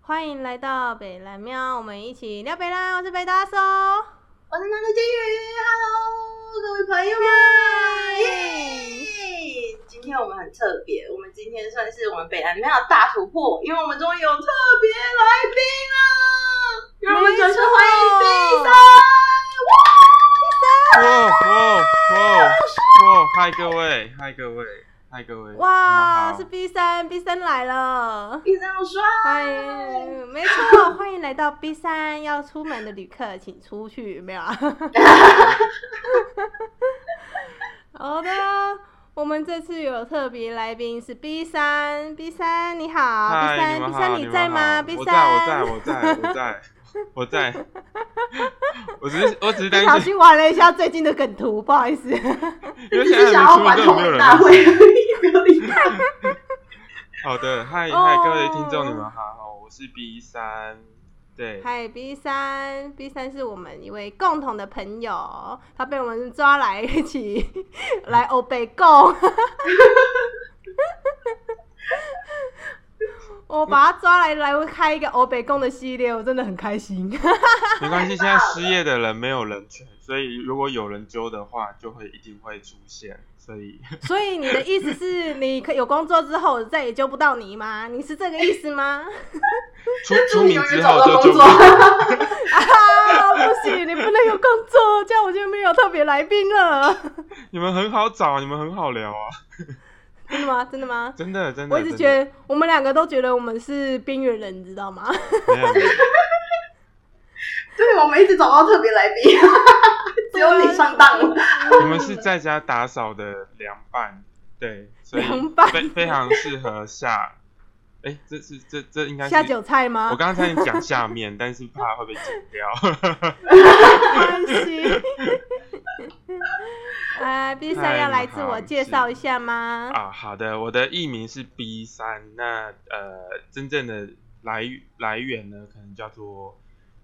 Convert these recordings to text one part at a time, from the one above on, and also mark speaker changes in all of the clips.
Speaker 1: 欢迎来到北蓝喵，我们一起聊北蓝，我是北大手，耶！
Speaker 2: 我是南的金鱼，Hello，各位朋友们，耶！今天我们很特别，我们今天算是我们北南庙的大突破，因为我们终于有特别来宾啦！让我们掌声欢迎
Speaker 1: 没错
Speaker 2: 比赛！
Speaker 3: 哇哇哇哇！嗨各位，嗨各位，嗨各位！
Speaker 1: 哇，
Speaker 3: 你们好
Speaker 1: 是 B 三，B 三来了，
Speaker 2: 比赛好帅！
Speaker 1: 欢迎，没 错，欢迎来到 B 三，要出门的旅客请出去， 没有啊？好的，我们这次有特别来宾是 B 三，B 三你好，B
Speaker 3: 嗨，
Speaker 1: 三
Speaker 3: 你们
Speaker 1: ，B
Speaker 3: 好，
Speaker 1: 三
Speaker 3: 你们
Speaker 1: 在吗
Speaker 3: 好
Speaker 1: ？B
Speaker 3: 我在，
Speaker 1: 三，
Speaker 3: 我在，我在，我在，我在。我只是，我只是担
Speaker 1: 小
Speaker 3: 心，
Speaker 1: 心玩了一下最近的梗图，不好意思。
Speaker 3: 因为
Speaker 2: 只
Speaker 3: 现
Speaker 2: 是
Speaker 3: 在
Speaker 2: 想要
Speaker 3: 还没出
Speaker 2: 玩同
Speaker 3: 门，根本没有人
Speaker 2: 大
Speaker 3: 认识。
Speaker 2: 会而已，不要理 他。
Speaker 3: 好的，嗨
Speaker 1: 哦
Speaker 3: 嗨，各位听众，你们好，我是 B 三，对，
Speaker 1: 嗨，B 三，B 三是我们一位共同的朋友，他被我们抓来一起来欧北共，我把他抓来来开一个欧北共的系列，我真的很开心。
Speaker 3: 没关系，现在失业的人没有人权，所以如果有人揪的话，就会一定会出现，所以
Speaker 1: 所以你的意思是你可有工作之后我再也揪不到你吗？你是这个意思吗？
Speaker 3: 出
Speaker 2: 祝
Speaker 3: 出
Speaker 2: 你
Speaker 3: 名
Speaker 2: 永远
Speaker 3: 之
Speaker 2: 找
Speaker 3: 后
Speaker 2: 不到
Speaker 3: 就
Speaker 2: 工
Speaker 3: 就
Speaker 2: 作。
Speaker 1: 啊，不行，你不能有工作，这样我就没有特别来宾了。
Speaker 3: 你们很好找，你们很好聊啊，
Speaker 1: 真的吗？真的吗？
Speaker 3: 真的真的。
Speaker 1: 我一直
Speaker 3: 真
Speaker 1: 觉
Speaker 3: 的
Speaker 1: 得我们两个都觉得我们是边缘人，你知道 吗？啊
Speaker 3: 没有没有
Speaker 2: 对，我们一直找不到特别来宾，只有你上当了。
Speaker 3: 我们是在家打扫的凉拌，对，所以
Speaker 1: 凉拌
Speaker 3: 非非常适合下。哎、这是这这应该是
Speaker 1: 下酒菜
Speaker 3: 我
Speaker 1: 吗？
Speaker 3: 刚刚才讲下面，但是怕会被剪 掉。
Speaker 1: 没关 系。啊，B
Speaker 3: 嗨
Speaker 1: 三
Speaker 3: 你
Speaker 1: 要
Speaker 3: 们
Speaker 1: 来自
Speaker 3: 好
Speaker 1: 我
Speaker 3: 我
Speaker 1: 介
Speaker 3: 是
Speaker 1: 绍一下吗？
Speaker 3: 啊，好的，我的艺名是 B 三，那呃，真正的来来源呢，可能叫做，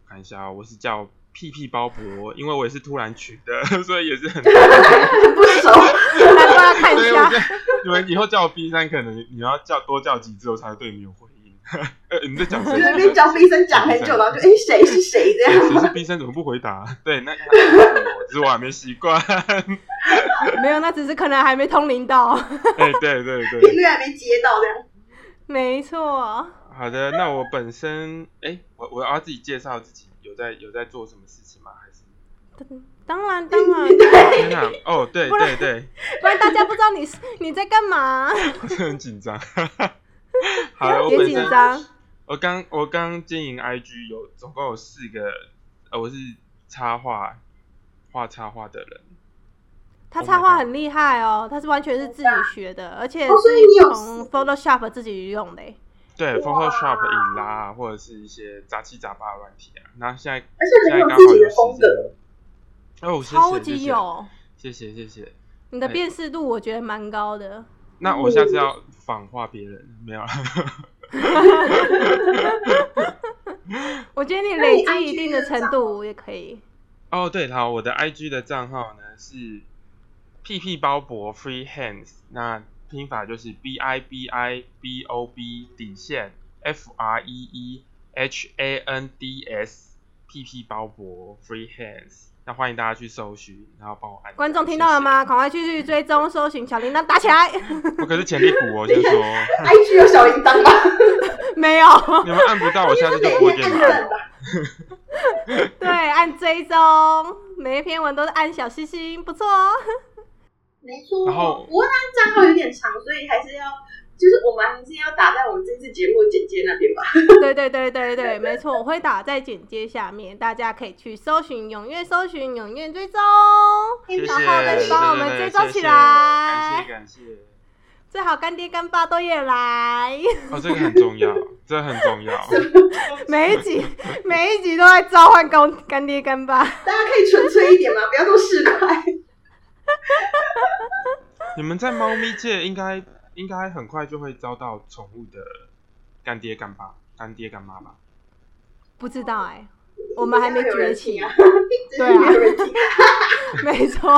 Speaker 3: 看一下哦，我是叫屁屁包伯，因为我也是突然取的， 所以也是很，
Speaker 2: 很不 熟，
Speaker 1: 来，过来看
Speaker 3: 所
Speaker 1: 一
Speaker 3: 以我
Speaker 1: 下
Speaker 3: 就。你们以后叫我 B 三，可能你要叫多叫几次，我才会对你有回应。 呃，你们在讲什
Speaker 2: 就
Speaker 3: 么？
Speaker 2: 在那边讲医生讲很久，然后就哎谁是谁这
Speaker 1: 啊
Speaker 2: 样。
Speaker 3: 谁是 B 生怎么不回答？对，那 那我只是我还没习惯。
Speaker 1: 没有，那只是可能还没通灵到。
Speaker 3: 哎，对对
Speaker 2: 频
Speaker 3: 对，
Speaker 2: 率还没接到这样。
Speaker 1: 没错，
Speaker 3: 好的，那我本身，哎，我我要自己介绍自己，有在有在做什么事情吗？还是
Speaker 1: 当然当 然，
Speaker 3: 天哪？哦，对
Speaker 1: 不然
Speaker 3: 对对，
Speaker 1: 不然大家不知道你是你在干嘛，
Speaker 3: 我真的很紧张。 好了，我
Speaker 1: 别
Speaker 3: 本
Speaker 1: 紧
Speaker 3: 身
Speaker 1: 张。
Speaker 3: 我刚我刚经营 IG 有总共有四个，呃，我是插画画插画的人，
Speaker 1: 他
Speaker 3: Oh my
Speaker 1: 插画
Speaker 3: God
Speaker 1: 很厉害哦，他是完全是自己学的，而且
Speaker 2: 哦所以你
Speaker 1: 是
Speaker 2: 有
Speaker 1: 从 Photoshop 自己用的欸。
Speaker 3: 对 Photoshop 影啦，或者是一些杂七杂八的软体啊。那现在
Speaker 2: 而且很
Speaker 3: 现在
Speaker 2: 哎有
Speaker 3: 刚
Speaker 2: 自
Speaker 3: 好
Speaker 2: 己
Speaker 3: 有
Speaker 2: 的
Speaker 3: 时
Speaker 2: 风
Speaker 3: 间
Speaker 2: 格。
Speaker 3: 哦，谢谢
Speaker 1: 超级，有，
Speaker 3: 谢谢谢谢谢谢。
Speaker 1: 你的
Speaker 3: 哎
Speaker 1: 辨识度我觉得蛮高的。
Speaker 3: 那我下次要仿画别人，没有啦。
Speaker 1: 我觉得你
Speaker 2: 那你
Speaker 1: 累积
Speaker 2: IG
Speaker 1: 一定的程度也可以。
Speaker 3: 哦，对，好，我的 IG 的账号呢是屁屁包博 Free Hands，那拼法就是 B I B I B O B 底线 F R E E H A N D S 屁屁包博 Free Hands，那欢迎大家去搜寻，然后帮我按。
Speaker 1: 观众听到了？吗？赶快去去追踪、搜寻小铃铛，打起来！
Speaker 3: 我可是潜力股哦，我先说，
Speaker 2: IG 哎有小铃铛吗？
Speaker 1: 没有，
Speaker 3: 你们按不到，我下次就
Speaker 2: 每
Speaker 3: 不会
Speaker 2: 天
Speaker 3: 给你
Speaker 2: 按
Speaker 3: 们
Speaker 1: 哦
Speaker 2: 赞
Speaker 3: 按了。
Speaker 2: 吧。
Speaker 1: 对，按追踪，每一篇文都是按小星星，不错哦。
Speaker 2: 没错，
Speaker 3: 然后
Speaker 2: 不过那账号有点长，所以还是要，就是我们还是要打在我们这次节目简介那边吧。
Speaker 1: 对对对对对，没错，我会打在简介下面，大家可以去搜寻，踊跃搜寻，踊跃追踪。
Speaker 3: 谢谢，
Speaker 1: 然后再去帮我们追踪起
Speaker 3: 感
Speaker 1: 来
Speaker 3: 谢感谢。
Speaker 1: 最好干爹干爸都也来，
Speaker 3: 哦，这个很重要，这个很重要。
Speaker 1: 每一集每一集都在召唤干干爹干爸。
Speaker 2: 大家可以纯粹一点嘛，不要这么市侩。
Speaker 3: 你们在猫咪界应该应该很快就会遭到宠物的干爹干爸、干爹干妈吧？
Speaker 1: 不知道哎、我们还没
Speaker 2: 有人
Speaker 1: 崛
Speaker 2: 听
Speaker 1: 起
Speaker 2: 啊，，
Speaker 1: 对
Speaker 2: 对
Speaker 1: 啊
Speaker 2: 没有人听。
Speaker 1: 没错。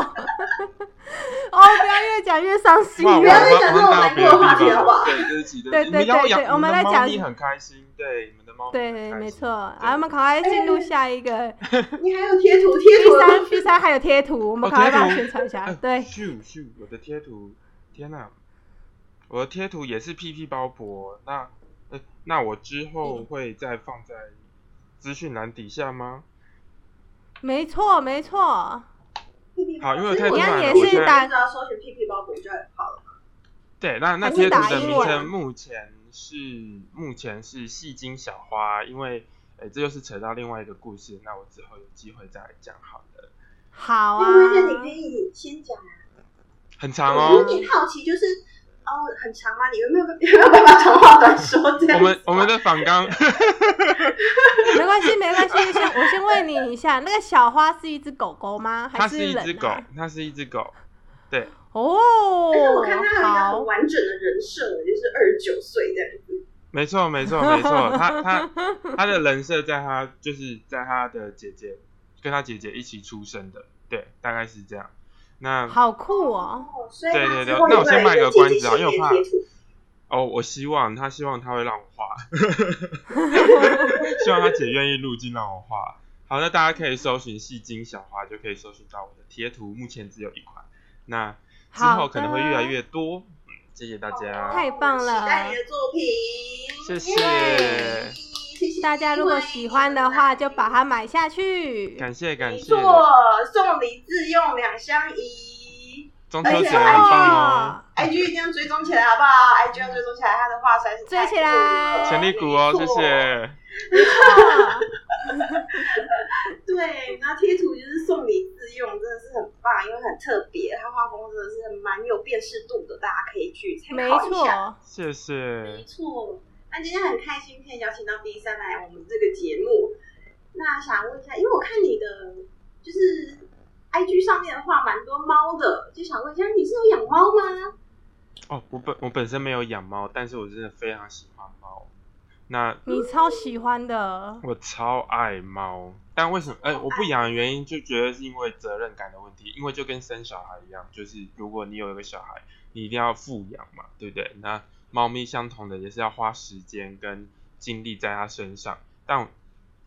Speaker 1: 哦，不要越讲越伤心啊
Speaker 3: 哇，我
Speaker 2: 不要
Speaker 1: 了。
Speaker 2: 再讲这种难过的话题好不好
Speaker 3: 对，这是几的。
Speaker 1: 对对
Speaker 3: 你们要
Speaker 1: 对对
Speaker 3: 养
Speaker 1: 我们来
Speaker 3: 你的
Speaker 1: 讲
Speaker 3: 猫咪很开心，对，你们的猫咪
Speaker 1: 对对，
Speaker 3: 很开
Speaker 1: 没
Speaker 3: 心
Speaker 1: 错。啊，我们赶快进入下一个
Speaker 2: 哎你还有贴图，贴
Speaker 1: B
Speaker 2: 图啊
Speaker 1: 三 B 三还有贴图，我们
Speaker 3: 哦
Speaker 1: 赶快把它
Speaker 3: 贴
Speaker 1: 宣
Speaker 3: 图
Speaker 1: 传一下。
Speaker 3: 哎
Speaker 2: 嗯
Speaker 1: 对，
Speaker 3: 咻咻，我的贴图，天哪、我的贴图也是屁屁包博，那、呃那我之后会再放在资讯栏底下吗？
Speaker 1: 没错没错。
Speaker 2: 屁屁包
Speaker 3: 好因为我
Speaker 2: 其
Speaker 3: 太
Speaker 2: 实我
Speaker 1: 突
Speaker 2: 觉
Speaker 1: 然了
Speaker 2: 得啊你
Speaker 1: 我觉得
Speaker 2: 只要搜寻屁屁包裹就很好了。
Speaker 3: 对，那那
Speaker 1: 还是
Speaker 3: 贴图
Speaker 1: 打
Speaker 3: 的
Speaker 1: 英
Speaker 3: 名
Speaker 1: 文
Speaker 3: 称目前是目前是戏精小花，因为呃这又是扯到另外一个故事，那我之后有机会再讲好了。
Speaker 1: 好啊
Speaker 2: 因，为你可以先讲啊，
Speaker 3: 很长
Speaker 2: 我 有
Speaker 3: 哦，
Speaker 2: 点好奇，就是哦，很长吗？你有没 有有没有办法长话短说这样子？
Speaker 3: 我们我们的访纲
Speaker 1: 没关系没关系，先我先问你一下，那个小花是一只狗狗吗？还
Speaker 3: 它是一
Speaker 1: 人、啊？
Speaker 3: 只狗，它是一只狗，对，
Speaker 1: 哦，
Speaker 2: 而且哎我看他有一个
Speaker 1: 好
Speaker 2: 很，完整的人设，就是二十九岁这样子。
Speaker 3: 没错，没错，没错。他他他的人设在他就是在他的姐姐跟他姐姐一起出生的，对，大概是这样。那
Speaker 1: 好酷哦！
Speaker 2: 哦，所以
Speaker 3: 对
Speaker 2: 他
Speaker 3: 对
Speaker 2: 之
Speaker 3: 对
Speaker 2: 后
Speaker 3: 那我
Speaker 2: 有
Speaker 3: 先
Speaker 2: 没有
Speaker 3: 卖个
Speaker 2: 一姐
Speaker 3: 关
Speaker 2: 姐
Speaker 3: 子啊
Speaker 2: 系
Speaker 3: 因为
Speaker 2: 列
Speaker 3: 我怕
Speaker 2: 贴图
Speaker 3: 哦，我希望他希望他会让我画， 希望他姐愿意入镜让我画。好，那大家可以搜寻戏精小花，就可以搜寻到我的贴图，目前只有一款，那之
Speaker 1: 好
Speaker 3: 后
Speaker 1: 的
Speaker 3: 可能会越来越多。嗯，谢谢大家。
Speaker 1: 太棒了
Speaker 2: 期待你的作品，
Speaker 3: 谢谢
Speaker 2: 耶谢谢
Speaker 1: 大家如果喜欢的话，就把它买下去。
Speaker 3: 感谢感
Speaker 2: 没
Speaker 3: 谢，
Speaker 2: 错
Speaker 3: 中，
Speaker 2: 送礼自用两相宜。
Speaker 3: 秋节
Speaker 2: 而且
Speaker 3: 很棒哦，
Speaker 2: IG 一定要追踪起来，好不好？IG 要追踪起来，他的画实在是太
Speaker 1: 追起来
Speaker 2: 酷了
Speaker 3: 潜力股哦，
Speaker 2: 没
Speaker 3: 谢
Speaker 2: 错
Speaker 3: 谢。
Speaker 1: 哦
Speaker 2: 对，然后贴图就是送礼自用，真的是很棒，因为很特别，它画风真的是蛮有辨识度的，大家可以去 参
Speaker 1: 没
Speaker 2: 考一下。
Speaker 1: 错，
Speaker 3: 谢
Speaker 2: 没
Speaker 3: 谢，
Speaker 2: 错，那今天很开心可以邀请到 B 三来我们这个节目。那想问一下，因为我看你的就是 IG 上面的话，蛮多猫的，就想问一下，你是有养猫吗？
Speaker 3: 哦，我本我本身没有养猫，但是我真的非常喜欢猫。那
Speaker 1: 你超喜欢的，
Speaker 3: 我超爱猫，但为什么？哎、我不养的原因就觉得是因为责任感的问题，因为就跟生小孩一样，就是如果你有一个小孩，你一定要富养嘛，对不对？那猫咪相同的也是要花时间跟精力在它身上，但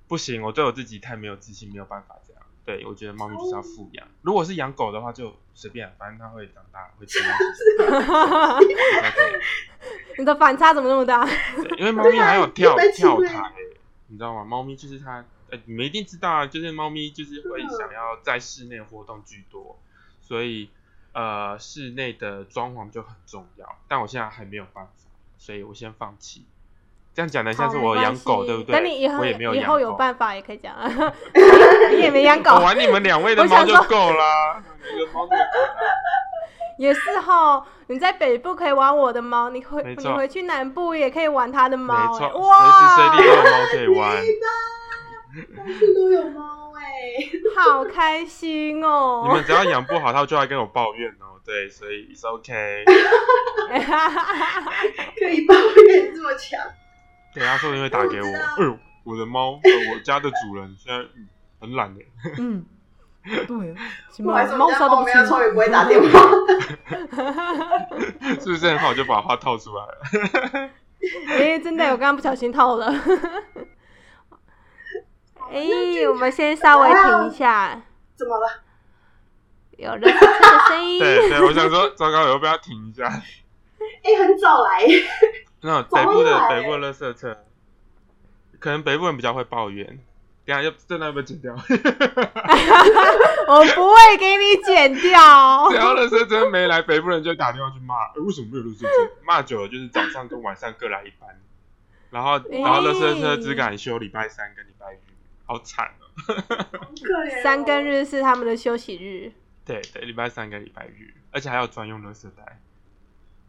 Speaker 3: 不行，我对我自己太没有自信，没有办法这样。对，我觉得猫咪就是要富养。如果是养狗的话，就随便，反正它会长大，会吃东西，OK。
Speaker 1: 你的反差怎么那么大？
Speaker 3: 对，因为猫咪还有跳
Speaker 2: 对啊
Speaker 3: 跳
Speaker 2: 一般
Speaker 3: 台，你知道吗？猫咪就是它，呃，你们一定知道啊，就是猫咪就是会
Speaker 1: 嗯
Speaker 3: 想要在室内活动居多，所以呃，室内的装潢就很重要。但我现在还没有办法，所以我先放弃。这样讲的像是我养狗，对不对？
Speaker 1: 等你以后
Speaker 3: 我也没有
Speaker 1: 以
Speaker 3: 养
Speaker 1: 后有
Speaker 3: 狗，
Speaker 1: 办法也可以 讲，你也没养
Speaker 3: 我
Speaker 1: 狗，
Speaker 3: 玩你们两位的
Speaker 1: 我
Speaker 3: 猫
Speaker 1: 想
Speaker 3: 就
Speaker 1: 说
Speaker 3: 够 啦，你的猫就够啦。
Speaker 1: 也是哈。你在北部可以玩我的猫，你回你
Speaker 3: 没错
Speaker 1: 回去南部也可以玩它的猫，
Speaker 3: 没错，
Speaker 1: 哎
Speaker 3: 随时随地都有
Speaker 1: 哇，
Speaker 3: 猫可 以玩。
Speaker 2: 到处都有猫哎、
Speaker 1: 好开心哦
Speaker 3: 你！们只要养不好，它就来跟我抱怨哦。对，所以 it's okay。
Speaker 2: 可以抱怨这么强。
Speaker 3: 对，他说不定会打给我。
Speaker 2: 我知道
Speaker 3: 哎呦，我的猫，呃我家的主人现在嗯很懒的。
Speaker 1: 嗯， 对，什
Speaker 2: 不
Speaker 1: 么
Speaker 2: 好意思，我
Speaker 1: 猫
Speaker 2: 们家
Speaker 1: 砂都
Speaker 2: 猫
Speaker 1: 不
Speaker 2: 没
Speaker 1: 吃
Speaker 2: 有，聪明不会打电话。
Speaker 3: 是不是很好就把话套出来了？
Speaker 1: 哎、真的，我刚刚不小心套 了。哎、我们先稍微停一下，
Speaker 2: 怎么了？
Speaker 1: 有人车的声音。
Speaker 3: 对对，我想说，糟糕，要不要停一下？
Speaker 2: 哎、很早来，
Speaker 3: 那北部
Speaker 2: 早
Speaker 3: 的
Speaker 2: 上来
Speaker 3: 北部的垃圾车，可能北部人比较会抱怨。等一下要这段要不要剪掉？
Speaker 1: 我不会给你剪掉
Speaker 3: 只。要垃圾车没来，北部人就打电话去骂，哎为什么没有垃圾车？骂久了就是早上跟晚上各来一班，然后然后垃圾车只敢休礼拜三跟礼拜日，好惨哦。
Speaker 2: 好可怜、哦
Speaker 1: 三更。日是他们的休息日，
Speaker 3: 对对，礼拜三跟礼拜日，而且还有专用垃圾袋。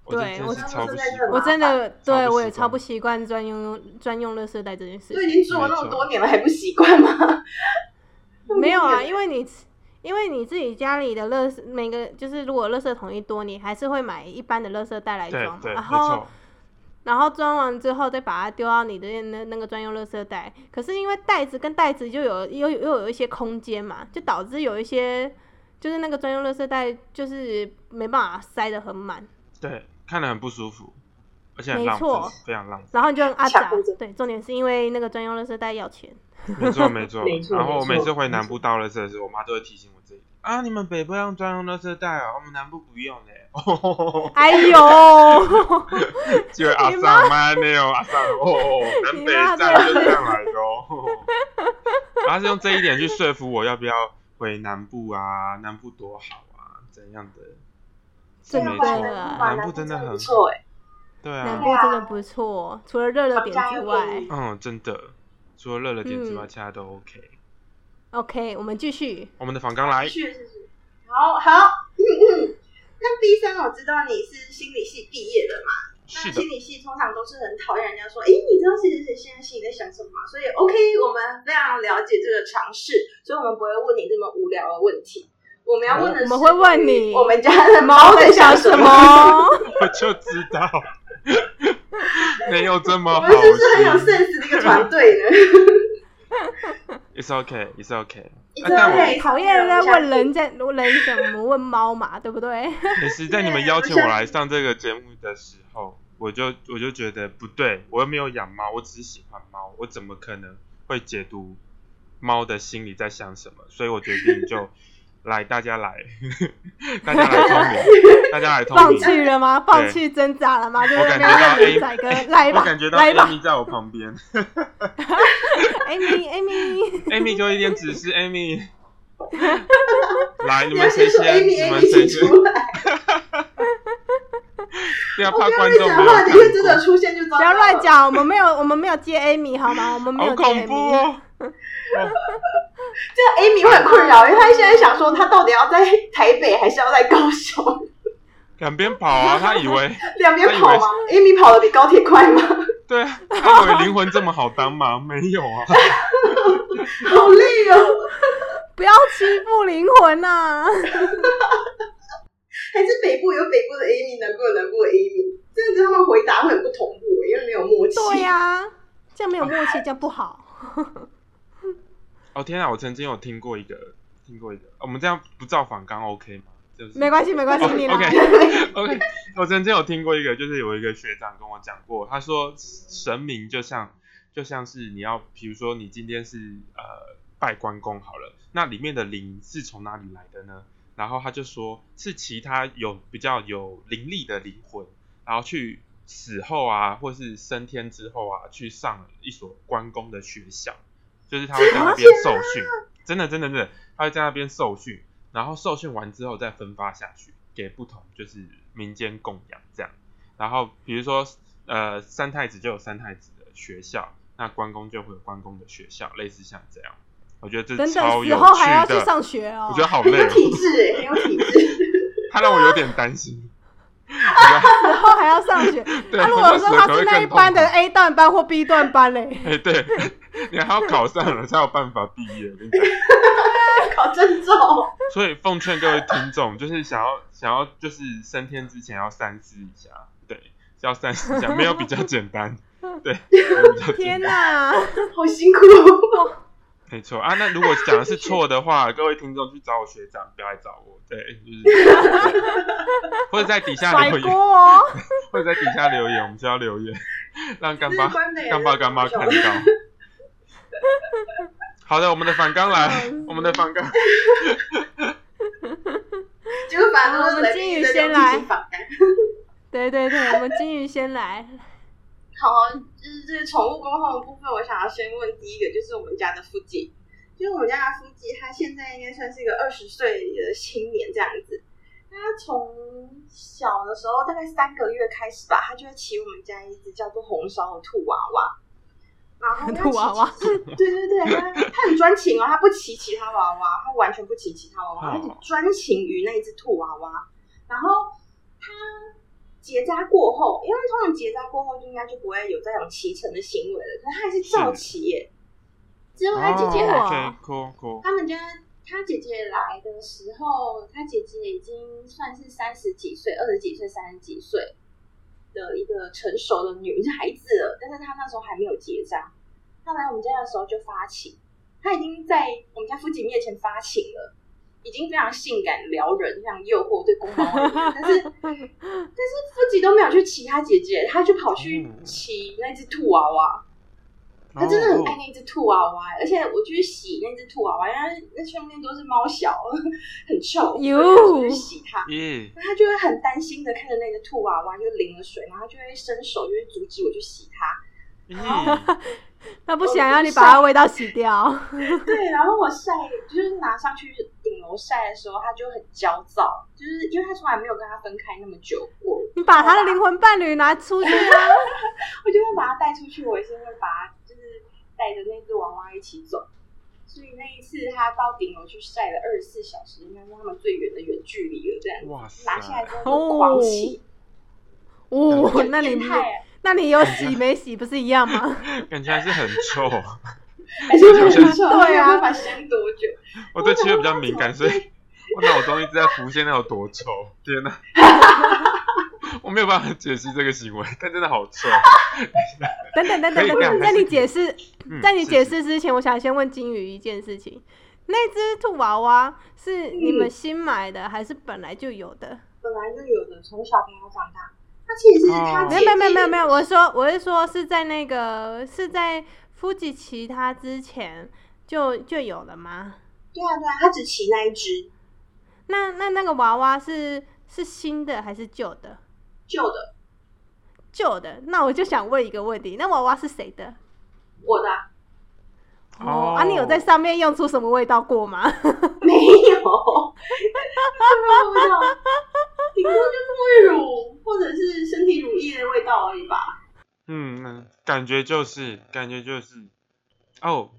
Speaker 3: 我
Speaker 1: 对
Speaker 3: 真
Speaker 1: 我
Speaker 3: 的是超不习惯。
Speaker 1: 我真的
Speaker 3: 超不习
Speaker 1: 对
Speaker 3: 惯
Speaker 1: 我也超不习惯专用专用垃圾袋这件事
Speaker 2: 都
Speaker 1: 情。
Speaker 2: 已经住了那么多年了，还不习惯吗？
Speaker 1: 没有啊，
Speaker 2: 为
Speaker 1: 因为你因为你自己家里的垃圾，每个就是如果垃圾桶一多，你还是会买一般的垃圾袋来
Speaker 3: 对
Speaker 1: 装嘛，
Speaker 3: 对，没
Speaker 1: 然后
Speaker 3: 错，
Speaker 1: 然后装完之后再把它丢到你的那那个专用垃圾袋。可是因为袋子跟袋子就有又又有一些空间嘛，就导致有一些就是那个专用垃圾袋就是没办法塞得很满。
Speaker 3: 对，看得很不舒服，而而且很
Speaker 1: 没
Speaker 3: 浪费
Speaker 1: 错，
Speaker 3: 非常浪费。
Speaker 1: 然后你就很阿
Speaker 2: 抢
Speaker 1: 杂
Speaker 2: 购者，
Speaker 1: 对，重点是因为那个专用垃圾袋要钱，
Speaker 3: 没错没错
Speaker 2: 没。错
Speaker 3: 然后我
Speaker 2: 没错
Speaker 3: 每次回南部倒垃圾的时候，我妈都会提醒我自己啊，你们北部用专用垃圾袋啊，我们南部不用嘞。
Speaker 1: 哎 呦，
Speaker 3: 就会阿
Speaker 1: 你妈
Speaker 3: 上妈没有阿上哦，南北站就这样来的哦。然后是用这一点去说服我要不要回南部啊，南部多好啊，怎样的？是
Speaker 1: 真的
Speaker 3: 没错，
Speaker 1: 啊
Speaker 3: 南部真的
Speaker 2: 很
Speaker 3: 很
Speaker 2: 不错欸哎，
Speaker 3: 对
Speaker 1: 南
Speaker 3: 啊，
Speaker 1: 部真的不错，除了热了点之外
Speaker 3: 嗯，真的，除了热了点之外，其他都 OK。
Speaker 1: ，OK，我们继续。
Speaker 3: 我们的访刚来
Speaker 2: 是，是是，好好。嗯那 B 三，我知道你是心理系毕业的嘛？
Speaker 3: 是
Speaker 2: 那
Speaker 3: 的
Speaker 2: 心，理系通常都是很讨厌人家说，哎，你知道谁谁谁现在心里在想什么吗？所以 OK，我们非常了解这个尝试，所以我们不会问你这么无聊的问题。我们要问的是，
Speaker 1: 我们会问你
Speaker 2: 我们家的猫
Speaker 1: 猫
Speaker 2: 在
Speaker 1: 在
Speaker 2: 想
Speaker 1: 想
Speaker 2: 什
Speaker 1: 什
Speaker 2: 么？
Speaker 1: 么？
Speaker 3: 我就知道， 没有这么啊
Speaker 2: 我
Speaker 3: 好
Speaker 2: 们是不是很有
Speaker 3: 心。
Speaker 2: sense 的一个团队呢？
Speaker 3: It's OK, It's OK。
Speaker 2: 你
Speaker 3: 啊但我
Speaker 1: 讨厌人家问人家人什么问猫嘛，对不对？
Speaker 3: 可是在
Speaker 2: 啊
Speaker 3: 你们邀请我来上这个节目的时候，我就我就觉得不对，我又没有养猫，我只是喜欢猫，我怎么可能会解读猫的心里在想什么？所以我决定 就来，大家来，大家来聪 明，大家来聪
Speaker 1: 放
Speaker 3: 明。
Speaker 1: 弃了吗？放弃挣扎了吗？就
Speaker 3: 我
Speaker 1: 是
Speaker 3: 感
Speaker 1: 那
Speaker 3: 觉到
Speaker 1: 边问牛
Speaker 3: A，
Speaker 1: 仔哥来
Speaker 3: 我
Speaker 1: 吧，
Speaker 3: 感觉到
Speaker 1: 来吧
Speaker 3: Amy 在我旁 边
Speaker 1: ，Amy Amy，
Speaker 3: ，Amy 给我一点指示，Amy。来，你
Speaker 2: 你要
Speaker 3: 们谁
Speaker 2: 先说
Speaker 3: 先？
Speaker 2: Amy
Speaker 3: 你们
Speaker 2: Amy
Speaker 3: 谁
Speaker 2: 请
Speaker 3: 先？
Speaker 2: 出来，
Speaker 3: 不要
Speaker 2: 我
Speaker 3: 怕
Speaker 2: 不要
Speaker 3: 观
Speaker 2: 乱
Speaker 3: 众没
Speaker 2: 讲
Speaker 3: 有
Speaker 2: 话，你会
Speaker 3: 看
Speaker 2: 真
Speaker 3: 过
Speaker 2: 的出现就哦糟糕
Speaker 1: 不
Speaker 2: 了
Speaker 1: 要乱。讲，我们没有我们没有接 Amy 好吗？我们没
Speaker 3: 好
Speaker 1: 有接
Speaker 3: 恐怖
Speaker 1: Amy，
Speaker 3: 哦！哦
Speaker 2: 这样 Amy 会很困扰，因为她现在想说，她到底要在台北还是要在高雄？
Speaker 3: 两边跑 啊，他以为
Speaker 2: 两边跑吗？Amy 跑得比高铁快 吗？
Speaker 3: 对啊，他以为灵魂这么好当吗？没有 啊，
Speaker 2: 好累哦。
Speaker 1: 不要欺负灵魂 呐！
Speaker 2: 还是北部有北部的 Amy，南部有南部的 Amy，这样子他们回答会很不同步，欸因为没有默契。
Speaker 1: 对呀，这样没有默契，这样不好。
Speaker 3: 哦天啊，我曾经有听过一个，听过一个，哦我们这样不造反刚 OK 吗？就是
Speaker 1: 没关系，没关系，你
Speaker 3: o
Speaker 1: 来。
Speaker 3: k 哦 OK，我曾经有听过一个，就是有一个学长跟我讲过，他说神明就像就像是你要，比如说你今天是呃拜关公好了，那里面的灵是从哪里来的呢？然后他就说是其他有比较有灵力的灵魂，然后去死后啊，或是升天之后啊，去上一所关公的学校，就是他会在那边受训，
Speaker 1: 啊
Speaker 3: 真的真的真的，他会在那边受训，然后受训完之后再分发下去给不同就是民间供养这样。然后比如说呃三太子就有三太子的学校，那关公就会有关公的学校，类似像这样。我觉得这
Speaker 1: 等
Speaker 3: 超
Speaker 1: 等，
Speaker 3: 有
Speaker 1: 死
Speaker 3: 趣
Speaker 1: 后还要去
Speaker 3: 的，
Speaker 1: 上学哦
Speaker 3: 我觉。得好
Speaker 2: 很
Speaker 3: 累
Speaker 2: 有
Speaker 3: 哦，
Speaker 2: 体质哎、很有体 质。
Speaker 3: 他让我有点 担心。我觉得
Speaker 1: 死后还要上学。
Speaker 3: 对，
Speaker 1: 那啊如
Speaker 3: 我
Speaker 1: 果
Speaker 3: 那时
Speaker 1: 说
Speaker 3: 候
Speaker 1: 他
Speaker 3: 可能
Speaker 1: 是
Speaker 3: 会
Speaker 1: 那一
Speaker 3: 更痛
Speaker 1: 班的
Speaker 3: 苦，
Speaker 1: A 段班或 B 段班 嘞，
Speaker 3: 哎，对，你还要考上了才有办法毕业。我跟你讲
Speaker 2: 考证照，
Speaker 3: 所以奉劝各位听众，就是想要想要就是升天之前要三思一下，对，要三思一下，没有比较简单， 对，没有比较
Speaker 1: 天
Speaker 3: 简单，
Speaker 1: 哪！
Speaker 2: 好辛苦哦。
Speaker 3: 没错啊。那如果讲的是错的话，各位听众去找我学长，不要来找我，对，就是，对或者在底下
Speaker 1: 甩
Speaker 3: 留
Speaker 1: 锅
Speaker 3: 言，
Speaker 1: 哦。
Speaker 3: 或者在底下留言，我们需要留言，让干
Speaker 2: 这
Speaker 3: 爸
Speaker 2: 是关的耶
Speaker 3: 干爸干妈看到。好的，我们的反刚来，我们的反 刚，
Speaker 2: 结果反而都是来宾在这样进行访谈。
Speaker 1: 对对对，我们金鱼先来。
Speaker 2: 好，就是这个宠物沟通的部分，我想要先问第一个，就是我们家的腹肌。就是我们家的腹肌，他现在应该算是一个二十岁的青年这样子。他从小的时候，大概三个月开始吧，他就会骑我们家一只叫做红烧的兔娃娃。然后他
Speaker 1: 兔娃娃
Speaker 2: 骑，对对对，他他很专情哦，他不骑其他娃娃，他完全不骑其他娃娃，
Speaker 3: 哦
Speaker 2: 他只专情于那一只兔娃娃。然后他结扎过后，因为通常结扎过后就应该就不会有这种骑乘的行为了，可是他还是照骑耶。之后他姐啊姐来
Speaker 1: 哦
Speaker 3: ，OK，cool cool，
Speaker 2: 他们家他姐姐来的时候，他姐姐已经算是三十几岁、二十几岁、三十几岁的一个成熟的女孩子了，但是她那时候还没有结扎。她来我们家的时候就发情，她已经在我们家父亲面前发情了。已经非常性感撩人，非常诱惑对公猫而言，但是但是夫吉都没有去骑他姐姐，他就跑去
Speaker 3: 嗯
Speaker 2: 骑那只兔娃娃。他真的很爱
Speaker 3: 哦
Speaker 2: 那只兔娃娃，而且我去洗那只兔娃娃，因为那上面都是猫小， 很臭，
Speaker 1: 哟
Speaker 2: 我就去洗它。
Speaker 3: 咦，
Speaker 2: 那他就会很担心的看着那个兔娃娃就淋了水，然后他就会伸手就会阻止我去洗它。
Speaker 3: 咦，
Speaker 1: 他不想要你把它味道洗掉。
Speaker 2: 对，然后我晒就是拿上去顶楼晒的时候，他就很焦躁，就是因为他从来没有跟他分开那么久过，
Speaker 1: 你把他的灵魂伴侣拿出 去啊！
Speaker 2: 我就会把它带出去，我也是会把它就是带着那只娃娃一起走。所以那一次他到顶楼去晒了二十四小时，应该是他们最远的远距离了，这样
Speaker 3: 哇
Speaker 2: 拿下来
Speaker 3: 塞，
Speaker 2: 之后就狂骑，
Speaker 1: 哦，那你
Speaker 2: 很变态欸
Speaker 1: 那你有洗没洗不是一样 吗？
Speaker 3: 感觉还是很臭。啊
Speaker 2: 而且很
Speaker 3: 就是
Speaker 2: 臭，
Speaker 1: 对啊
Speaker 2: 没有办法扇多久。
Speaker 3: 我对气味比较敏感，所以 我脑中一直在浮现那有多臭。天哪！我没有办法解析这个行为，但真的好 臭。
Speaker 1: 等等等等等
Speaker 3: 可以这样
Speaker 1: 等，在
Speaker 3: 还是
Speaker 1: 你解释
Speaker 3: 嗯
Speaker 1: 在你解，
Speaker 3: 是
Speaker 1: 释之前，我想先问金鱼一件事情：那只兔娃娃是你们新买的，还是本来就有的？
Speaker 2: 本来就有的，从小陪他长大。他其实是他
Speaker 3: 哦
Speaker 1: 没
Speaker 2: 姐
Speaker 1: 有
Speaker 2: 姐，
Speaker 1: 没有没有没有没有，我说我是说是在那个是在夫吉骑他之前就就有了吗？
Speaker 2: 对啊对啊，他只骑那一只
Speaker 1: 那那那个娃娃是是新的还是旧的？
Speaker 2: 旧的，
Speaker 1: 旧的，那我就想问一个问题：那娃娃是谁的？
Speaker 2: 我的啊、
Speaker 3: 哦
Speaker 1: 啊，你有在上面用出什么味道过吗？
Speaker 2: 没有，什么味道？顶多就是沐浴乳或者是身体乳液的味道而已吧。
Speaker 3: 嗯，嗯感觉就是，感觉就是，哦，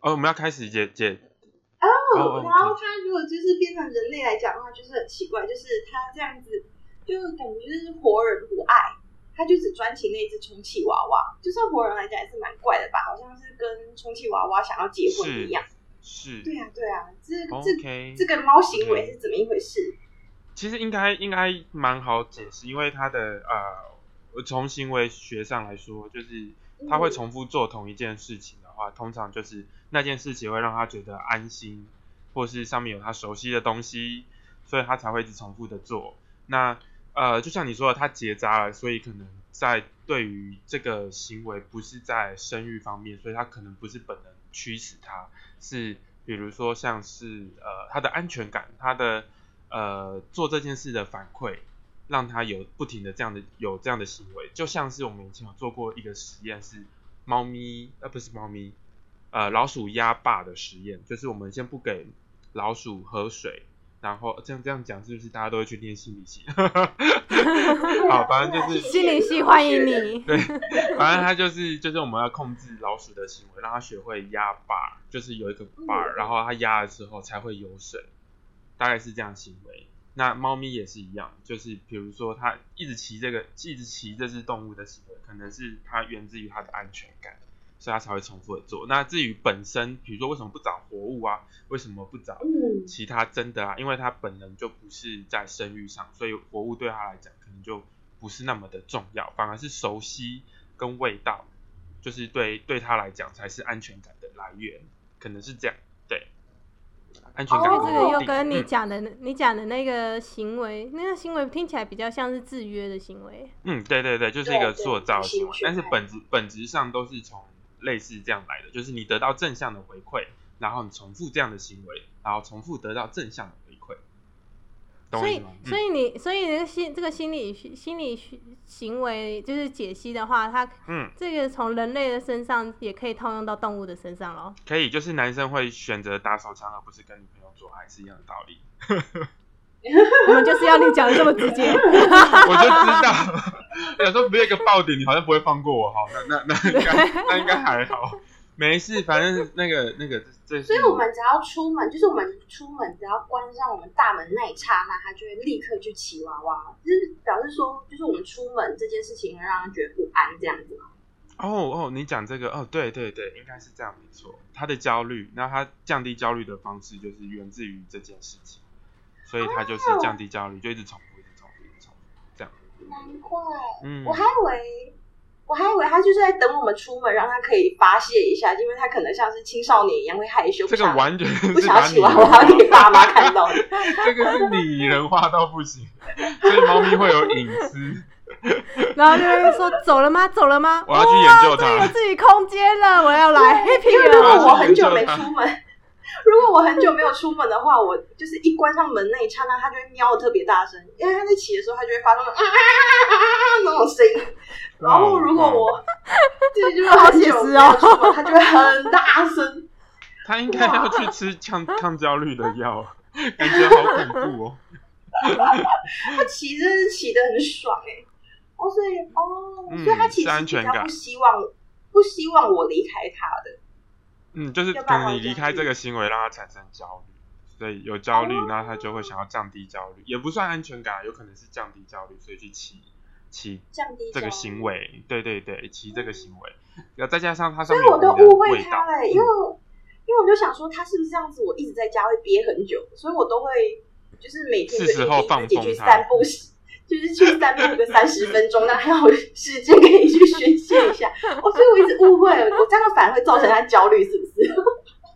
Speaker 3: 哦，我们要开始解解，哦
Speaker 2: 哦，然后
Speaker 3: 对
Speaker 2: 他如果就是变成人类来讲的话，就是很奇怪，就是他这样子，就感觉就是活人不爱，他就只专情那一只充气娃娃。就算活人来讲也是蛮怪的吧，好像是跟充气娃娃想要结婚
Speaker 3: 是
Speaker 2: 一样。
Speaker 3: 是
Speaker 2: 对啊，对啊，这这
Speaker 3: ，OK，
Speaker 2: 这个猫行为是怎么一回事？
Speaker 3: 其实应该应该蛮好解释，因为它的呃，我从行为学上来说，就是它会重复做同一件事情的话，通常就是那件事情会让他觉得安心，或是上面有他熟悉的东西，所以他才会一直重复的做。那呃，就像你说的，他结扎了，所以可能在对于这个行为不是在生育方面，所以他可能不是本能驱使他，是比如说像是呃他的安全感，他的呃做这件事的反馈，让他有不停的这样的有这样的行为，就像是我们以前有做过一个实验是猫咪呃不是猫咪，呃老鼠压坝的实验，就是我们先不给老鼠喝水，然后这样这样讲是不是大家都会去念心理系？ 好，反正就是
Speaker 1: 心理系欢迎你。
Speaker 3: 对，反正它就是就是我们要控制老鼠的行为，让它学会压把，就是有一个把，
Speaker 2: 嗯
Speaker 3: 然后它压了之后才会有水，大概是这样行为。那猫咪也是一样，就是比如说它一直骑这个，一直骑这只动物的行为，可能是它源自于它的安全感，所以它才会重复的做。那至于本身，比如说为什么不找活物啊，为什么不找
Speaker 2: 嗯，
Speaker 3: 其他真的啊，因为他本人就不是在生育上，所以活物对他来讲可能就不是那么的重要，反而是熟悉跟味道，就是对对他来讲才是安全感的来源，可能是这样，对，安全
Speaker 1: 因
Speaker 3: 感
Speaker 1: 为
Speaker 3: 的
Speaker 1: 哦这个
Speaker 3: 稳
Speaker 1: 又
Speaker 3: 定
Speaker 1: 跟你
Speaker 3: 嗯
Speaker 1: 讲的、你讲的那个行为，那个行为听起来比较像是制约的行为。
Speaker 3: 嗯，对对对，就是
Speaker 2: 对
Speaker 3: 一个
Speaker 2: 对
Speaker 3: 塑造
Speaker 2: 你
Speaker 3: 行
Speaker 2: 兴，
Speaker 3: 为
Speaker 2: 趣
Speaker 3: 但是
Speaker 2: 爱
Speaker 3: 本质本质上都是从类似这样来的，就是你得到正向的回馈，然后你重复这样的行为，然后重复得到正向的回馈，
Speaker 1: 所
Speaker 3: 懂我意
Speaker 1: 以
Speaker 3: 思吗？，
Speaker 1: 所
Speaker 3: 嗯、
Speaker 1: 以你，所以你这个心这个心理学心理学行为就是解析的话，它
Speaker 3: 嗯。
Speaker 1: 这个从人类的身上也可以套用到动物的身上咯。
Speaker 3: 可以，就是男生会选择打手枪，而不是跟女朋友做爱，是一样的道理。
Speaker 1: 我们就是要你讲的这么直接，
Speaker 3: 我就知道，我想说没有一个爆点，你好像不会放过我。好，那那那应该那应该还好，没事，反正那个那个 这这是，
Speaker 2: 所以我们只要出门，就是我们出门只要关上我们大门那一刹那，他就会立刻去骑娃娃，就是表示说，就是我们出门这件事情会让他觉得不安这样子嘛。
Speaker 3: 哦哦，你讲这个哦，对对对，应该是这样没错。他的焦虑，那他降低焦虑的方式就是源自于这件事情，所以他就是降低焦虑，就一直重复，一直重复，一直重复。
Speaker 2: 难怪，
Speaker 3: 嗯，
Speaker 2: 我还以为我还以为他就是在等我们出门，让他可以发泄一下，因为他可能像是青少年一样会害羞，不
Speaker 3: 这个
Speaker 2: 想
Speaker 3: 完全是
Speaker 2: 不想要
Speaker 3: 把
Speaker 2: 起娃
Speaker 3: 拟人 化
Speaker 2: 娃给爸妈看到的。
Speaker 3: 这个是拟人化到不行，所以猫咪会有隐私。
Speaker 1: 然后就会说走了 吗？走了吗？
Speaker 3: 我要去研究
Speaker 1: 哇这里
Speaker 3: 它
Speaker 1: 有自己空间了，我要来啊
Speaker 2: 因为
Speaker 1: happy
Speaker 2: 如果
Speaker 1: 了。
Speaker 2: 我很久没出门，如果我很久没有出门的话，我就是一关上门那一刹那，它就会喵的特别大声，因为它在起的时候，它就会发出那种啊啊啊啊啊那种声音。然后如果我对，就是很久没有出门，它就会很大声。
Speaker 3: 它应该要去吃抗抗焦虑的药，感觉好恐怖哦。
Speaker 2: 它骑真是骑的很爽哎、哦，所以哦，所以它
Speaker 3: 嗯
Speaker 2: 其
Speaker 3: 是安
Speaker 2: 实
Speaker 3: 全
Speaker 2: 比较
Speaker 3: 感
Speaker 2: 不希望不希望我离开它的。
Speaker 3: 嗯，就是
Speaker 2: 要不
Speaker 3: 可
Speaker 2: 然
Speaker 3: 能你
Speaker 2: 会
Speaker 3: 离
Speaker 2: 焦
Speaker 3: 开
Speaker 2: 虑
Speaker 3: 这个行为，让它产生焦虑，所以有焦虑
Speaker 2: 哦，
Speaker 3: 那它就会想要降低焦虑，也不算安全感，有可能是降低焦虑，所以去起起
Speaker 2: 降低
Speaker 3: 这个
Speaker 2: 焦
Speaker 3: 行
Speaker 2: 虑
Speaker 3: 为，对对对，骑这个行为，然后再加上它
Speaker 2: 所
Speaker 3: 上
Speaker 2: 以
Speaker 3: 面
Speaker 2: 我都
Speaker 3: 有你的
Speaker 2: 误会
Speaker 3: 味
Speaker 2: 他
Speaker 3: 道，嗯
Speaker 2: 了、因为我因为我就想说他是不是这样子，我一直在家会憋很久，所以我都会就是每天
Speaker 3: 是
Speaker 2: 就一
Speaker 3: 时候
Speaker 2: 定
Speaker 3: 放
Speaker 2: 自己
Speaker 3: 纵
Speaker 2: 去
Speaker 3: 他
Speaker 2: 散步，就是去散步个三十分钟，让他有时间可以去宣泄一下。哦，所以我一直误会了，我这样反而会造成他焦虑，是不是？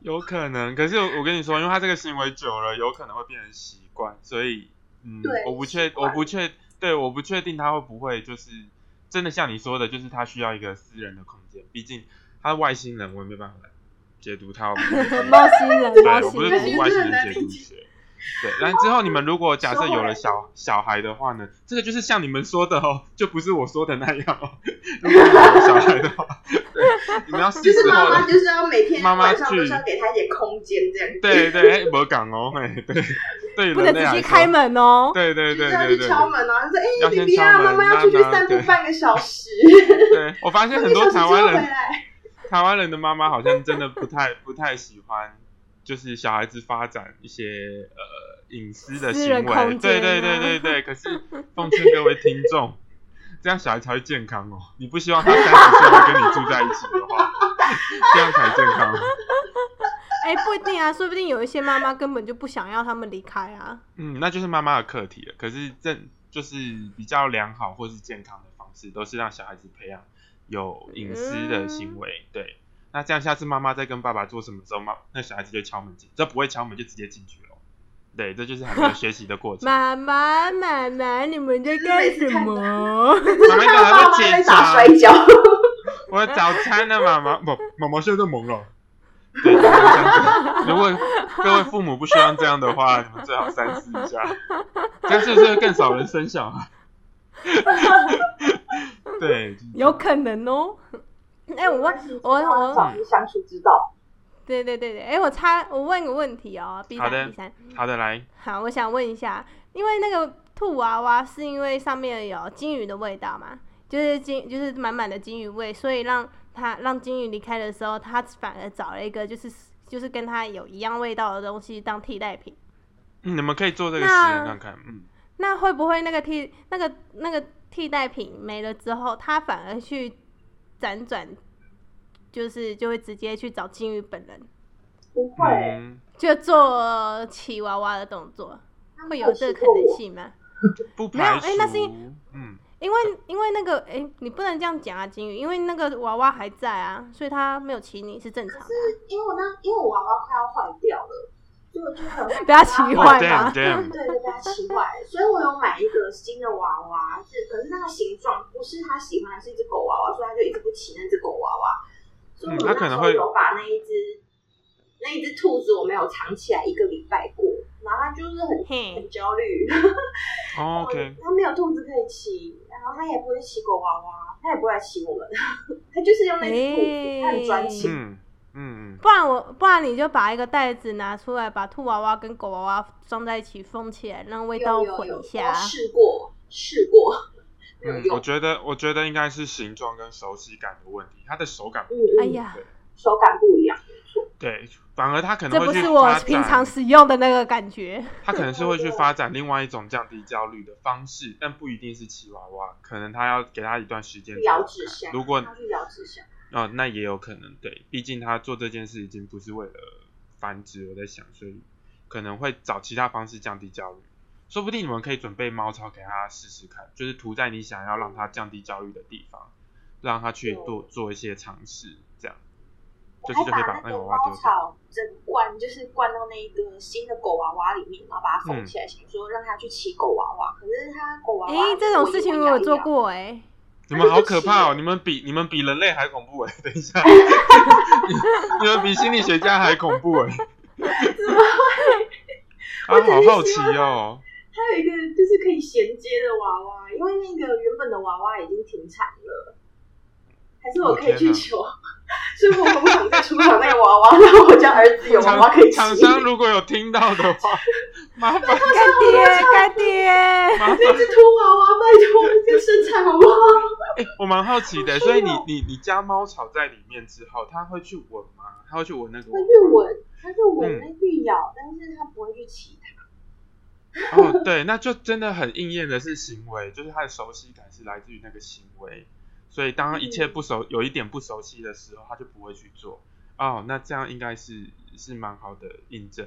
Speaker 3: 有可能，可是我我跟你说，因为他这个行为久了，有可能会变成习惯，所以嗯
Speaker 2: 对，
Speaker 3: 我不确
Speaker 2: 习
Speaker 3: 我
Speaker 2: 惯
Speaker 3: 不确对，我不确定他会不会就是真的像你说的，就是他需要一个私人的空间，毕竟他是外星人，我也没办法解读他，我不是
Speaker 1: 猫星人，猫
Speaker 3: 对，我不
Speaker 1: 星
Speaker 3: 是
Speaker 1: 人
Speaker 3: 读
Speaker 2: 猫
Speaker 3: 外星
Speaker 2: 真的很
Speaker 3: 人
Speaker 2: 难
Speaker 3: 解
Speaker 2: 理
Speaker 3: 读
Speaker 2: 解
Speaker 3: 学。对，然后之后你们如果假设
Speaker 2: 说回
Speaker 3: 有了
Speaker 2: 来
Speaker 3: 小小孩的话呢，这个就是像你们说的哦，就不是我说的那样哦。 如果你们有小孩的话，对，你们要是
Speaker 2: 就是
Speaker 3: 时
Speaker 2: 妈
Speaker 3: 候
Speaker 2: 妈
Speaker 3: 了
Speaker 2: 就是要每天
Speaker 3: 妈妈
Speaker 2: 晚上都
Speaker 3: 去
Speaker 2: 是要给他一点空间，这样子
Speaker 3: 对对，哎，无讲哦，哎，对，对，
Speaker 1: 不能直接开。门哦。
Speaker 3: 对对
Speaker 2: 就
Speaker 3: 对
Speaker 2: 是要
Speaker 3: 对
Speaker 2: 去
Speaker 3: 对
Speaker 2: 敲门啊，就说
Speaker 3: 要
Speaker 2: 哎，
Speaker 3: 先
Speaker 2: 比比啊，
Speaker 3: 敲
Speaker 2: 妈
Speaker 3: 门
Speaker 2: 妈要出去
Speaker 3: 妈妈
Speaker 2: 散步
Speaker 3: 对
Speaker 2: 半个小 时，
Speaker 3: 对，我发现
Speaker 2: 半
Speaker 3: 很
Speaker 2: 个小
Speaker 3: 多
Speaker 2: 时之
Speaker 3: 台
Speaker 2: 后回
Speaker 3: 湾人，
Speaker 2: 来。
Speaker 3: 台湾人的妈妈好像真的不太不太喜欢，就是小孩子发展一些呃隐私的
Speaker 1: 私
Speaker 3: 行
Speaker 1: 人
Speaker 3: 为。
Speaker 1: 空
Speaker 3: 对
Speaker 1: 间
Speaker 3: 对
Speaker 1: 啊
Speaker 3: 对对对，可是奉劝各位听众。 这样小孩才会健康哦！你不希望他三十岁还跟你住在一起的话，这样才健康、哦。
Speaker 1: 哎，不一定啊，说不定有一些妈妈根本就不想要他们离开啊。
Speaker 3: 嗯，那就是妈妈的课题了。可是正就是比较良好或是健康的方式，都是让小孩子培养有隐私
Speaker 2: 嗯
Speaker 3: 的行为。对，那这样下次妈妈在跟爸爸做什么时候，妈那小孩子就敲门进，这不会敲门就直接进去了。对，这就是还没有学习的过程。
Speaker 1: 妈妈，妈妈，你们在干什么？
Speaker 3: 妈妈
Speaker 2: 看到
Speaker 3: 干嘛
Speaker 2: 爸
Speaker 3: 不
Speaker 2: 妈
Speaker 3: 起
Speaker 2: 在打
Speaker 3: 床
Speaker 2: 摔跤，
Speaker 3: 我的早餐呢，妈妈，不，妈妈现在就懵了。对，就是这样子如果各位父母不希望这样的话，你们最好三思一下，这样是不是会更少人生小孩？ 对，就是 这样
Speaker 1: 有可能哦。哎， 我问，我我
Speaker 2: 找出相处之道。
Speaker 1: 对对对对，哎，我插，我问个问题哦，B
Speaker 3: 好
Speaker 1: 三
Speaker 3: 的
Speaker 1: B 三，
Speaker 3: 好的，来，
Speaker 1: 好，我想问一下，因为那个兔娃娃是因为上面有金鱼的味道嘛，就是金就是满满的金鱼味，所以让它让金鱼离开的时候，它反而找了一个就是就是跟它有一样味道的东西当替代品。
Speaker 3: 嗯，你们可以做这个实
Speaker 1: 那
Speaker 3: 验看看，嗯，
Speaker 1: 那会不会那个替那个那个替代品没了之后，它反而去辗转，就是就会直接去找金鱼本人，
Speaker 2: 不会，
Speaker 3: 嗯，
Speaker 1: 就做起娃娃的动作，会有这个可能性吗？
Speaker 3: 不
Speaker 1: 没有
Speaker 3: 排除
Speaker 1: 哎那是，
Speaker 3: 嗯，
Speaker 1: 因为因为那个哎、诶你不能这样讲啊，金鱼，因为那个娃娃还在啊，所以它没有骑你是正常的啊、
Speaker 2: 因为我那因为我娃娃快要坏掉了，所以我就很
Speaker 1: 不要骑
Speaker 3: 哦
Speaker 1: 坏
Speaker 3: ，damn
Speaker 1: 嘛。
Speaker 3: damn，
Speaker 2: 对，就被他气坏了。所 以我有买一个新的娃娃，是可是那个形状不是他喜欢的，是一只狗娃娃，所以他就一直不骑那只狗娃娃。所以我
Speaker 3: 嗯他可
Speaker 2: 那时
Speaker 3: 能
Speaker 2: 候
Speaker 3: 会
Speaker 2: 有把那一只那一只兔子我没有藏起来一个礼拜过，然后他就是很
Speaker 1: 嘿
Speaker 2: 很，焦虑。
Speaker 3: 嗯 哦，OK，
Speaker 2: 他没有兔子可以骑，然后他也不会骑狗娃娃，他也不会来骑我们， 他就是用那只兔子，他很专情。
Speaker 3: 嗯嗯，嗯
Speaker 1: 不然我不然你就把一个袋子拿出来，把兔娃娃跟狗娃娃装在一起封起来，让味道
Speaker 2: 有有
Speaker 1: 混
Speaker 2: 有
Speaker 1: 一下啊
Speaker 2: 我。试过，试 过，没有
Speaker 3: 嗯，
Speaker 2: 用。
Speaker 3: 我觉得我觉得应该是形状跟熟悉感的问题，它的手感
Speaker 2: 嗯，
Speaker 1: 哎
Speaker 2: 嗯，
Speaker 1: 呀，
Speaker 2: 手感不一样。
Speaker 3: 对，反而它可
Speaker 1: 这
Speaker 3: 能
Speaker 1: 不
Speaker 3: 会去
Speaker 1: 是我
Speaker 3: 发展
Speaker 1: 平常使用的那个感觉。
Speaker 3: 他可能是会去发展另外一种降低焦虑的方式，但不一定是骑娃娃，可能他要给他一段时间调
Speaker 2: 摇
Speaker 3: 整
Speaker 2: 指向，
Speaker 3: 如果
Speaker 2: 他去摇指向，
Speaker 3: 哦，那也有可能对，毕竟他做这件事已经不是为了繁殖，我在想，所以可能会找其他方式降低焦虑。说不定你们可以准备猫草给他试试看，就是涂在你想要让他降低焦虑的地方，让他去
Speaker 2: 对
Speaker 3: 做做一些尝试，这样
Speaker 2: 我
Speaker 3: 就
Speaker 2: 还
Speaker 3: 是就可以把
Speaker 2: 那
Speaker 3: 那
Speaker 2: 个
Speaker 3: 个
Speaker 2: 猫
Speaker 3: 娃娃丢掉。
Speaker 2: 草整罐，就是灌到那一个新的狗娃娃里面，然后把它
Speaker 3: 嗯
Speaker 2: 封起来，想说让它去骑狗娃娃。可是它狗娃娃，
Speaker 1: 诶、哎这种事情我有做，过哎、
Speaker 3: 你们好可怕
Speaker 2: 哎
Speaker 3: 哦！你们比你们比人类还恐怖哎！ 等一 下，你们比心理学家还恐怖哎！
Speaker 2: 我
Speaker 3: 啊，
Speaker 2: 只是
Speaker 3: 好好奇
Speaker 2: 希望
Speaker 3: 哦。
Speaker 2: 它有一个就是可以衔接的娃娃，因为那个原本的娃娃已经停产了，还是我可以去
Speaker 3: 哦天哪
Speaker 2: 求。 所以我很想再出场那个娃娃，让我家儿子有娃娃可以骑。
Speaker 3: 厂商如果有听到的 话，麻烦
Speaker 1: 干爹，干爹，
Speaker 3: 麻烦。
Speaker 2: 那只土娃娃，拜托，再生产好不好？
Speaker 3: 哎、我蛮好奇的，
Speaker 2: 好
Speaker 3: 所以你
Speaker 2: 凶哦
Speaker 3: 你你加猫草在里面之后，它会去闻吗？它会去闻那个
Speaker 2: 它
Speaker 3: 味？
Speaker 2: 去闻，它去闻，它去咬，但是它不会去骑它。
Speaker 3: 哦，对，那就真的很应验的是行为，就是它的熟悉感是来自于那个行为。所以当一切不熟，有一点不熟悉的时候，它就不会去做。哦，那这样应该是是蛮好的印证。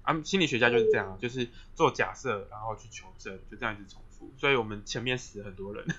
Speaker 3: 啊，心理学家就是这样，就是做假设，然后去求证，就这样一直重复。所以我们前面死很多人。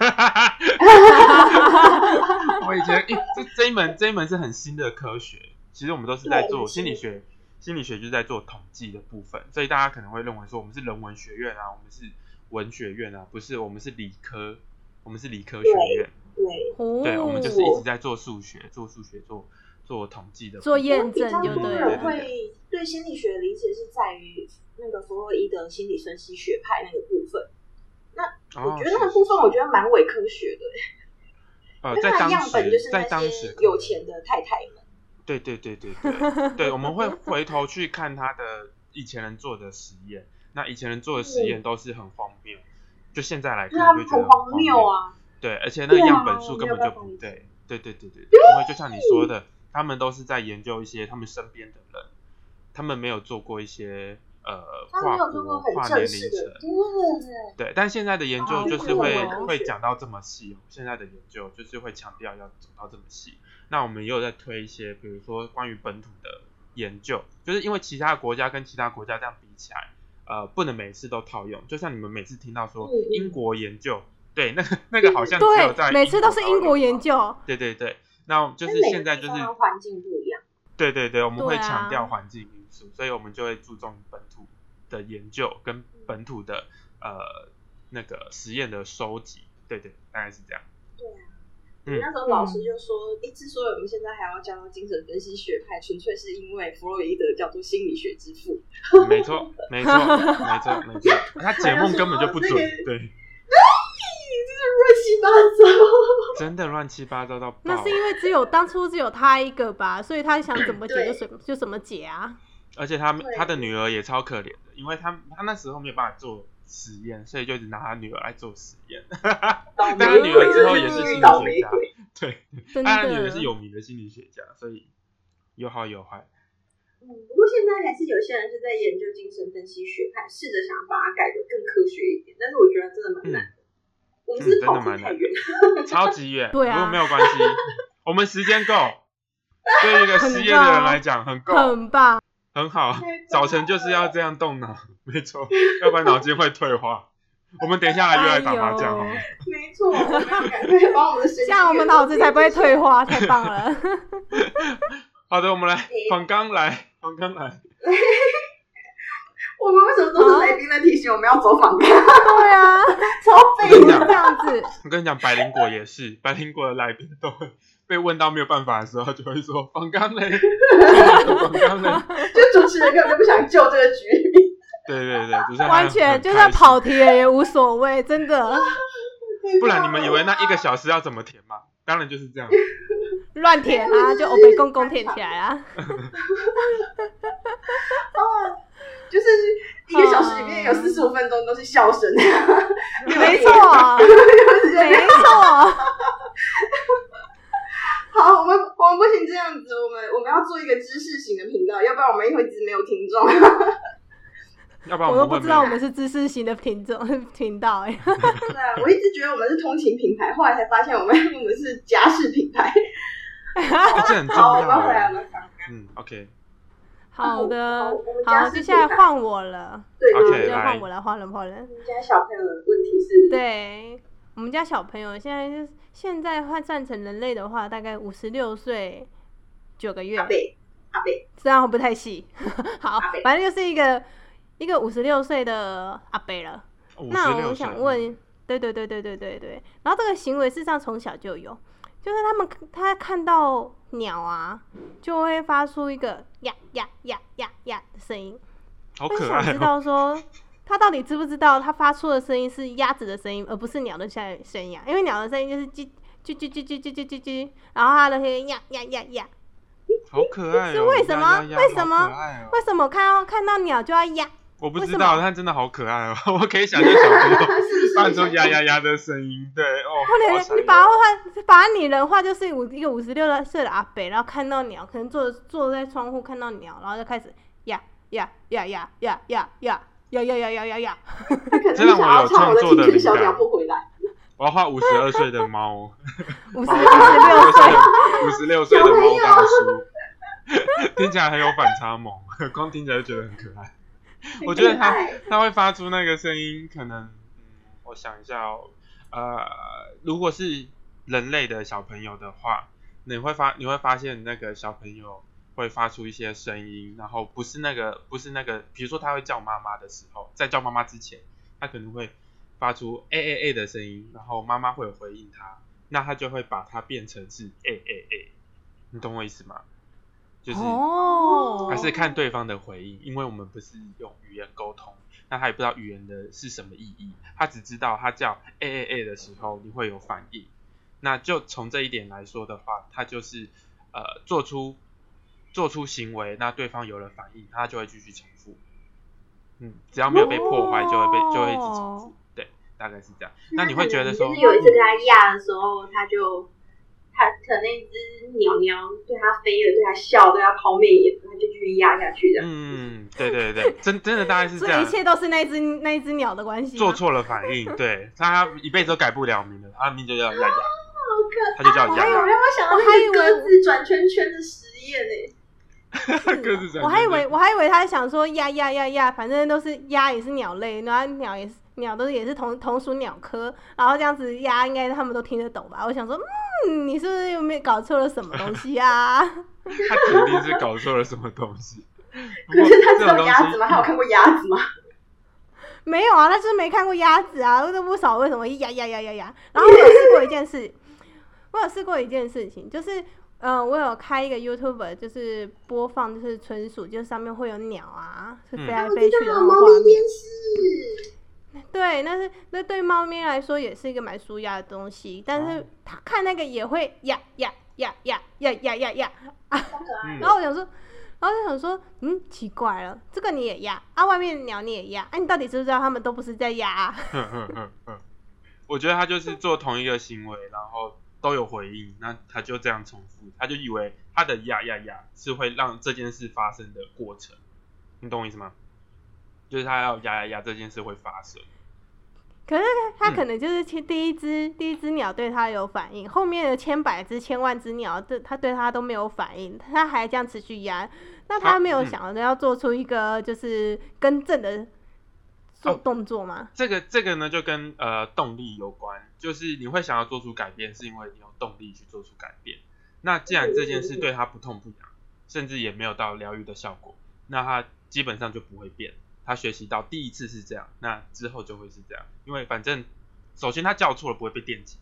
Speaker 3: 我以前，诶这这一门这一门是很新的科学，其实我们都是在
Speaker 2: 对
Speaker 3: 做
Speaker 2: 是
Speaker 3: 心理学，心理学就是在做统计的部分，所以大家可能会认为说我们是人文学院啊，我们是文学院啊，不是，我们是理科，我们是理科学院，
Speaker 2: 对，
Speaker 1: 哦
Speaker 3: 对，我们就是一直在做数学，做数学，做做统计的部分，
Speaker 1: 做验
Speaker 2: 比
Speaker 1: 证
Speaker 2: 较
Speaker 1: 就
Speaker 2: 多
Speaker 1: 对
Speaker 2: 人
Speaker 1: 了。
Speaker 2: 会对心理学的理解是在于那个弗洛伊德心理分析学派那个部分。
Speaker 3: 哦，
Speaker 2: 我觉得那个
Speaker 3: 是
Speaker 2: 部分，我觉得蛮伪科学的，
Speaker 3: 呃，
Speaker 2: 因为
Speaker 3: 在
Speaker 2: 它
Speaker 3: 当
Speaker 2: 的样本就是
Speaker 3: 时，在
Speaker 2: 那
Speaker 3: 当
Speaker 2: 些
Speaker 3: 时
Speaker 2: 有钱的太太们。
Speaker 3: 对对对对对对，我们会回头去看他的以前人做的实验，那以前人做的实验都是很荒谬，就现在来
Speaker 2: 对
Speaker 3: 看
Speaker 2: 啊，
Speaker 3: 就觉得
Speaker 2: 很荒谬啊！
Speaker 3: 对，而且那个
Speaker 2: 对啊
Speaker 3: 样本数根本就
Speaker 2: 我
Speaker 3: 不
Speaker 2: 没有办法
Speaker 3: 对，对对对对，因为就像你说的，他们都是在研究一些他们身边的人，他们没有做过一些呃
Speaker 2: 他没
Speaker 3: 跨
Speaker 2: 有做过
Speaker 3: 国
Speaker 2: 很
Speaker 3: 跨
Speaker 2: 正
Speaker 3: 年龄
Speaker 2: 式的，
Speaker 3: 层，
Speaker 2: 对对对，
Speaker 3: 对，但现在的研
Speaker 1: 好
Speaker 3: 究就是
Speaker 1: 酷
Speaker 3: 会、
Speaker 1: 哦
Speaker 3: 会讲到这么细、哦，现在的研究就是会强调要走到这么细。那我们也有在推一些，比如说关于本土的研究，就是因为其他国家跟其他国家这样比起来，呃，不能每次都套用。就像你们每次听到说
Speaker 2: 嗯嗯
Speaker 3: 英国研究，对，那个那个好像只有在
Speaker 1: 嗯哦对，每次都是英国
Speaker 3: 研
Speaker 1: 研究，
Speaker 3: 对对对，那就
Speaker 2: 但
Speaker 3: 是
Speaker 2: 每
Speaker 3: 现
Speaker 2: 个
Speaker 3: 在
Speaker 2: 地
Speaker 3: 就是
Speaker 2: 方环境不一样。
Speaker 3: 对对对，我们
Speaker 1: 对
Speaker 3: 会
Speaker 1: 啊
Speaker 3: 强调环境因素，所以我们就会注重本土的研究跟本土的呃那个实验的收集。对对，大概是 这样。嗯
Speaker 2: 那时候老师就说，诶之所以我们现在还要教精神分析学派，纯粹是因为弗洛伊德叫做心理学之父。
Speaker 3: 没错，没错，没错，没 错。他节目根本就不准，
Speaker 1: 哎
Speaker 2: 还有什么
Speaker 3: 对，
Speaker 2: 这是乱七八糟。
Speaker 3: 真的乱七八糟到爆。
Speaker 1: 那是因为只有当初只有他一个吧，所以他想怎么解就
Speaker 2: 对
Speaker 1: 怎就怎么解啊。
Speaker 3: 而且他
Speaker 2: 对
Speaker 3: 他的女儿也超可怜的，因为他他那时候没有办法做实验，所以就一直拿他女儿来做实 验。
Speaker 2: 倒
Speaker 3: 但他
Speaker 2: 霉
Speaker 3: 女儿
Speaker 2: 鬼，
Speaker 3: 之后也是
Speaker 2: 命
Speaker 3: 心理
Speaker 2: 运倒
Speaker 3: 学
Speaker 2: 霉
Speaker 3: 家
Speaker 2: 鬼。，
Speaker 3: 对。
Speaker 1: 真
Speaker 3: 他
Speaker 1: 的，
Speaker 3: 的女儿是有名的心理学家，所以有好有坏。
Speaker 2: 嗯，不过现在还是有些人是在研究精神分析学派，试着想把它改得更科学一点，但是我觉得真的蛮难的。我们是不是
Speaker 3: 嗯嗯真的
Speaker 2: 跑题
Speaker 3: 蛮
Speaker 2: 太
Speaker 3: 难
Speaker 2: 远，
Speaker 3: 超级远，
Speaker 1: 对啊
Speaker 3: 不过没 有关系，我们时间够，对一个失业的人来讲很够，
Speaker 1: 很棒。
Speaker 3: 很好
Speaker 2: 太棒了。
Speaker 3: 早晨就是要这样动脑，没错，要不然脑筋会退化。我们等一下来就来打麻将好哦
Speaker 1: 哎
Speaker 3: 吗
Speaker 1: 呦？
Speaker 2: 没错，我们要赶快把我们的神经
Speaker 1: 这样我们脑子才不会退化，太棒 了。
Speaker 3: 好的，我们来，黄刚来，黄刚来，
Speaker 2: 我们为什么
Speaker 1: 啊
Speaker 2: 都是来宾在提醒我们要走访看？
Speaker 1: 对啊，
Speaker 2: 超
Speaker 3: 我
Speaker 2: 费
Speaker 3: 跟你
Speaker 2: 的
Speaker 3: 讲
Speaker 1: 这样 子，
Speaker 3: 我跟你讲，百灵果也是，百灵果的来宾都会被问到没有办法的时候，就会说黄刚嘞，黄刚嘞，
Speaker 2: 就主持人根本就不想救这个局面，
Speaker 3: 对对对，主持人还
Speaker 1: 完全
Speaker 3: 很
Speaker 1: 就
Speaker 3: 开
Speaker 1: 算
Speaker 3: 心
Speaker 1: 跑题了也无所谓，真的
Speaker 3: 不然你们以为那一个小时要怎么填吗？当然就是这样。
Speaker 1: 乱舔啊，就欧北公公舔起来啊。
Speaker 2: 就是一个小时里面有四十五分钟都是 笑声，
Speaker 1: 哦没错，没错，
Speaker 2: 好，我们我们不行这样子，我们我们要做一个知识型的频道，要不然我们会一直没有听众。
Speaker 3: 要不然
Speaker 1: 我都
Speaker 3: 我们
Speaker 1: 不
Speaker 3: 会
Speaker 1: 知
Speaker 3: 没
Speaker 1: 道
Speaker 3: 有
Speaker 1: 我们是知识型的品种 频道 哎。
Speaker 2: 对啊，我一直觉得我们是通勤品牌，后来才发现我们我们是家饰品牌。
Speaker 3: 欸 这很重
Speaker 2: 好，我们
Speaker 3: 要
Speaker 2: 要回来
Speaker 3: 欸。
Speaker 2: 了。
Speaker 3: 嗯，OK，
Speaker 1: 好的
Speaker 2: 我们，家
Speaker 1: 好，
Speaker 2: 是
Speaker 1: 接下来换我了，
Speaker 2: 对
Speaker 3: OK，
Speaker 1: 接
Speaker 2: 对
Speaker 1: 下来
Speaker 3: 来
Speaker 1: 换我了，换人，换人。
Speaker 2: 我们家小朋友的问题是，
Speaker 1: 对，我们家小朋友现在就是现在换算成人类的话，大概五十六岁九个月
Speaker 2: 阿，贝阿贝，
Speaker 1: 这样会不太细。 好
Speaker 2: 阿伯，
Speaker 1: 反正就是一个一个五十六岁的阿伯了。
Speaker 3: 五十嗯
Speaker 1: 那
Speaker 3: 六
Speaker 1: 我
Speaker 3: 岁
Speaker 1: 想，问，对对对对对对对，然后这个行为事实上从小就有，就是他们他看到鸟啊，就会发出一个呀呀呀呀呀的声音，
Speaker 3: 好
Speaker 1: 我
Speaker 3: 可
Speaker 1: 想
Speaker 3: 爱
Speaker 1: 知
Speaker 3: 哦，
Speaker 1: 道说他到底知不知道他发出的声音是鸭子的声音，而不是鸟的声声音啊？因为鸟的声音就是叽叽叽叽叽叽叽叽叽，然后它的声音呀呀呀呀，
Speaker 3: 好可爱哦，
Speaker 1: 是为什么
Speaker 3: 呀呀呀
Speaker 1: 为什
Speaker 3: 好
Speaker 1: 么
Speaker 3: 可爱哦
Speaker 1: 为什么看到看到鸟就要呀？
Speaker 3: 我不
Speaker 1: 为
Speaker 3: 知
Speaker 1: 什
Speaker 3: 道，
Speaker 1: 么
Speaker 3: 但真的好可爱哦， 我可以想象小朋友
Speaker 2: 是
Speaker 3: 发出呀呀呀的声音，对 哦，
Speaker 1: 或
Speaker 3: 好
Speaker 1: 者
Speaker 3: 想
Speaker 1: 你
Speaker 3: 要
Speaker 1: 把它换，把它拟人化，就是五一个五十六岁的阿伯，然后看到鸟，可能坐坐在窗户看到鸟，然后就开始呀呀呀呀呀呀呀呀呀呀呀呀呀，
Speaker 2: 他可能
Speaker 3: 这让我
Speaker 2: 想要
Speaker 3: 有
Speaker 2: 唱我
Speaker 3: 创作
Speaker 2: 的青
Speaker 3: 的
Speaker 2: 春
Speaker 3: 灵
Speaker 2: 小
Speaker 3: 感
Speaker 2: 鸟不回来，
Speaker 3: 我要画五十二岁 的猫，
Speaker 1: 五十五
Speaker 3: 哦
Speaker 1: 十六岁。
Speaker 3: 五十六岁的猫大叔， 听起来很有反差萌， 光听起来就觉得很可爱。我觉得
Speaker 2: 很可
Speaker 3: 它
Speaker 2: 爱
Speaker 3: 它会发出那个声音，可能，嗯，我想一下哦，呃，如果是人类的小朋友的话，你会发你会发现那个小朋友会发出一些声音，然后不是那个不是那个，比如说他会叫妈妈的时候，在叫妈妈之前，他可能会发出哎哎哎的声音，然后妈妈会有回应他，那他就会把它变成是哎哎哎，你懂我意思吗？就是
Speaker 1: 哦，
Speaker 3: 还是看对方的回应，因为我们不是用语言沟通，那他也不知道语言的是什么意义，他只知道他叫 A A A 的时候你会有反应。那就从这一点来说的话，他就是呃做出做出行为，那对方有了反应，他就会继续重复。嗯，只要没有被破坏，就会被就会一直重复
Speaker 1: 哦。
Speaker 3: 对，大概是这样。
Speaker 2: 那
Speaker 3: 那你会觉得说，
Speaker 2: 就是有一次跟他压的时候，他就他可能那只鸟鸟对他飞了，对他笑，对他抛媚眼，他就继续压下去的。
Speaker 3: 嗯，对对对，真真的大概是这
Speaker 1: 所
Speaker 3: 样。
Speaker 1: 以一切都是那只那一只鸟的关系吗。
Speaker 3: 做错了反应，对他一辈子都改不了名了，他的名就叫丫
Speaker 2: 好
Speaker 3: 丫，
Speaker 2: 可
Speaker 3: 他就叫
Speaker 2: 爱！我
Speaker 3: 丫
Speaker 2: 让我想到
Speaker 1: 哎我还以
Speaker 2: 那
Speaker 1: 为
Speaker 2: 个鸽子转圈圈的实验呢、
Speaker 3: 丫，各自转
Speaker 1: 我还以
Speaker 3: 圈
Speaker 1: 为
Speaker 3: 圈
Speaker 1: 我还以为他想说呀呀呀呀，反正都是鸭也是鸟类，然后鸟也是鸟都也是同同属鸟科，然后这样子鸭应该他们都听得懂吧？我想说，嗯，你是不是有没有搞错了什么东西啊？
Speaker 3: 他肯定是搞错了什么东西。不
Speaker 2: 可
Speaker 3: 过
Speaker 2: 是他知
Speaker 3: 哦这
Speaker 2: 道
Speaker 3: 种东
Speaker 2: 鸭子吗？他有
Speaker 3: 西，
Speaker 2: 看过鸭子吗？
Speaker 1: 没有啊，他就是没看过鸭子啊，我都不晓得为什么呀呀呀呀呀。然后我有试过一件事，我有试过一件事情，就是呃，我有开一个 YouTube，就是播放就是纯属就是上面会有鸟啊，是飞来
Speaker 2: 我
Speaker 1: 飞
Speaker 2: 知
Speaker 1: 去的那
Speaker 2: 道
Speaker 1: 种
Speaker 2: 猫
Speaker 1: 画
Speaker 2: 咪
Speaker 1: 面。
Speaker 2: 电视，
Speaker 1: 对，那是那对猫咪来说也是一个蛮舒压的东西，但是它看那个也会呀呀呀呀呀呀呀呀，
Speaker 2: 好可爱。
Speaker 3: 嗯
Speaker 1: 然后我想说，然后就想说，嗯，奇怪了，这个你也压啊，外面的鸟你也压，哎、你到底知不知道他们都不是在压、啊？
Speaker 3: 哼哼哼哼我觉得他就是做同一个行为，然后都有回应，那他就这样重复，他就以为他的呀呀呀是会让这件事发生的过程，你懂我意思吗？就是他要呀呀呀这件事会发生。
Speaker 1: 可是它
Speaker 3: 嗯
Speaker 1: 可能就是其第一只、第一只鸟对它有反应，后面的千百只、千万只鸟对它对它都没有反应，它还这样持续压，那
Speaker 3: 它
Speaker 1: 它没有
Speaker 3: 嗯
Speaker 1: 想着要做出一个就是更正的做
Speaker 3: 哦
Speaker 1: 动作吗？
Speaker 3: 这个这个呢，就跟呃动力有关，就是你会想要做出改变，是因为你有动力去做出改变。那既然这件事对他不痛不痒，甚至也没有到疗愈的效果，那他基本上就不会变。他学习到第一次是这样，那之后就会是这样，因为反正首先他叫错了不会被电击，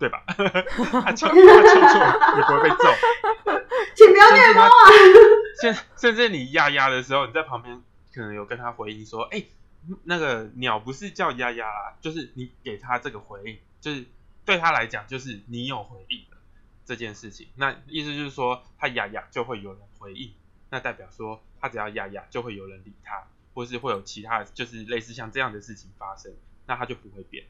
Speaker 3: 对吧？ 他叫他叫错了也不会被揍，
Speaker 2: 请不要
Speaker 3: 甚
Speaker 2: 虐
Speaker 3: 至
Speaker 2: 猫
Speaker 3: 他
Speaker 2: 啊！
Speaker 3: 甚甚至你压压的时候，你在旁边可能有跟他回应说，哎、那个鸟不是叫压压啦，就是你给他这个回应，就是对他来讲，就是你有回应了这件事情。那意思就是说，他压压就会有人回应，那代表说他只要压压就会有人理他，或是会有其他的，就是类似像这样的事情发生，那他就不会变。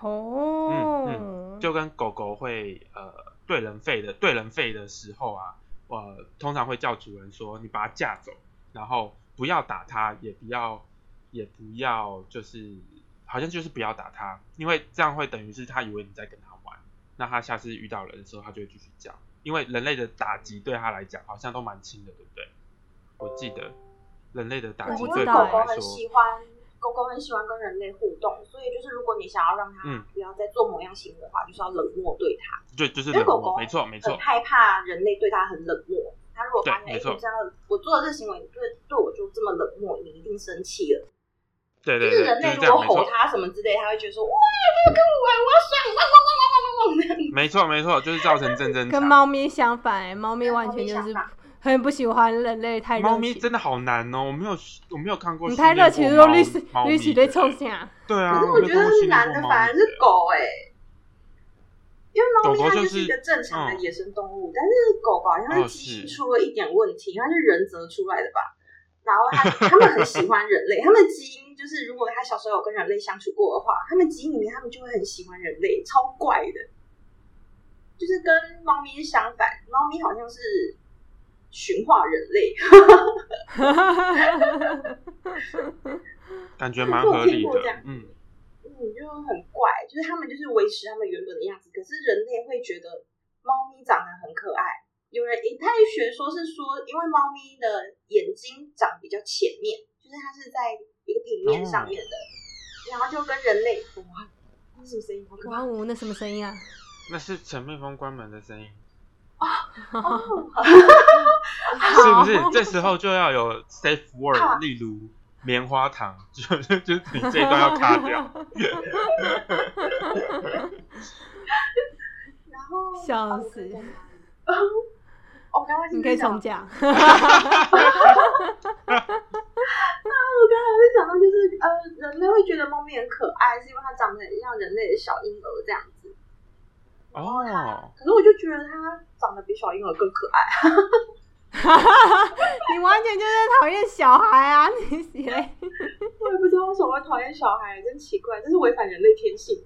Speaker 1: 哦，
Speaker 3: 嗯就跟狗狗会呃对人吠的对人吠的时候啊，呃通常会叫主人说你把它架走，然后不要打它，也不要也不要就是好像就是不要打它，因为这样会等于是它以为你在跟它玩，那它下次遇到人的时候它就会继续叫，因为人类的打击对它来讲好像都蛮轻的，对不对？我记得人类的打
Speaker 1: 我
Speaker 3: 击
Speaker 1: 不
Speaker 3: 对
Speaker 1: 知
Speaker 3: 狗
Speaker 1: 道欸
Speaker 3: 来说，
Speaker 2: 欢狗狗很喜欢跟人类互动，所以就是如果你想要让它
Speaker 3: 嗯
Speaker 2: 不要再做某样行为的话，就是要冷漠对它。
Speaker 3: 对，就是
Speaker 2: 因为
Speaker 3: 冷
Speaker 2: 狗
Speaker 3: 漠，
Speaker 2: 狗
Speaker 3: 没错没
Speaker 2: 很
Speaker 3: 错，
Speaker 2: 害怕人类对它很冷漠。它如果发现
Speaker 3: 对
Speaker 2: 哎，
Speaker 3: 没
Speaker 2: 诶
Speaker 3: 错
Speaker 2: 你这样我做了这行为，你对对我就这么冷漠，你一定生气了。
Speaker 3: 对对
Speaker 2: 就是
Speaker 3: 对，
Speaker 2: 人
Speaker 3: 就
Speaker 2: 类
Speaker 3: 是
Speaker 2: 如
Speaker 3: 这样，
Speaker 2: 果
Speaker 3: 没
Speaker 2: 吼
Speaker 3: 错，
Speaker 2: 它什么之类，它会觉得说哇，不要跟我玩，我要爽，汪汪汪汪汪汪汪这样。
Speaker 3: 没错没错，就是造成正争
Speaker 1: 跟
Speaker 3: 吵。
Speaker 1: 猫咪相反、欸，猫咪
Speaker 2: 跟
Speaker 1: 完
Speaker 2: 猫
Speaker 1: 全
Speaker 2: 咪
Speaker 1: 就
Speaker 2: 相
Speaker 1: 是
Speaker 2: 反
Speaker 1: 很不喜欢人类太热情。
Speaker 3: 猫咪真的好难哦，我没有我没有看过
Speaker 1: 你
Speaker 3: 训
Speaker 1: 太热
Speaker 3: 练过猫。
Speaker 1: 情说你是
Speaker 3: 猫
Speaker 1: 你
Speaker 3: 咪
Speaker 1: 是在冲 啥？
Speaker 3: 对啊，
Speaker 2: 可是
Speaker 3: 我
Speaker 2: 我
Speaker 3: 没
Speaker 2: 觉
Speaker 3: 有看
Speaker 2: 得
Speaker 3: 过训练
Speaker 2: 男
Speaker 3: 过
Speaker 2: 的
Speaker 3: 猫
Speaker 2: 反而
Speaker 3: 咪
Speaker 2: 是狗哎、因为猫咪
Speaker 3: 狗狗
Speaker 2: 它
Speaker 3: 就
Speaker 2: 就是是一个正常的
Speaker 3: 嗯
Speaker 2: 野生动物，但是狗狗好像
Speaker 3: 哦
Speaker 2: 是基
Speaker 3: 是
Speaker 2: 因出了一点问题，它是人择出来的吧？然后它它们很喜欢人类，它们基因就是如果它小时候有跟人类相处过的话，它们基因里面它们就会很喜欢人类，超怪的。就是跟猫咪相反，猫咪好像是驯化人类，
Speaker 3: 感觉蛮
Speaker 2: 我有
Speaker 3: 合
Speaker 2: 听
Speaker 3: 理
Speaker 2: 过
Speaker 3: 的
Speaker 2: 这样，
Speaker 3: 嗯，
Speaker 2: 嗯，就很怪，就是他们就是维持他们原本的样子，可是人类会觉得猫咪长得很可爱。有人一太学说是说，因为猫咪的眼睛长比较前面，就是它是在一个平面上面的，
Speaker 1: 哦
Speaker 2: 然后就跟人类哇，那什么声音？好可怕！
Speaker 1: 哇哦，那什么声音啊？
Speaker 3: 那是陈蜜蜂关门的 声音，是
Speaker 1: 好
Speaker 3: 不是？这时候就要有 safe
Speaker 2: 啊
Speaker 3: word，例如棉花糖，就就就是你这一段要卡 掉。
Speaker 2: 然后
Speaker 1: 笑死
Speaker 2: 哦，我刚刚
Speaker 1: 你可以重
Speaker 2: 从
Speaker 1: 讲。
Speaker 2: 哦我刚才会想到就是呃，人类会觉得猫咪很可爱，是因为它长得很像人类的小婴儿这样子。
Speaker 3: 哦，
Speaker 2: 可是我就觉得它长得比小婴儿更可爱。
Speaker 1: 你完全就是讨厌小孩啊！你 是嘞
Speaker 2: 我也不知道为什么会讨厌小孩，真奇怪，这是违反人类天性。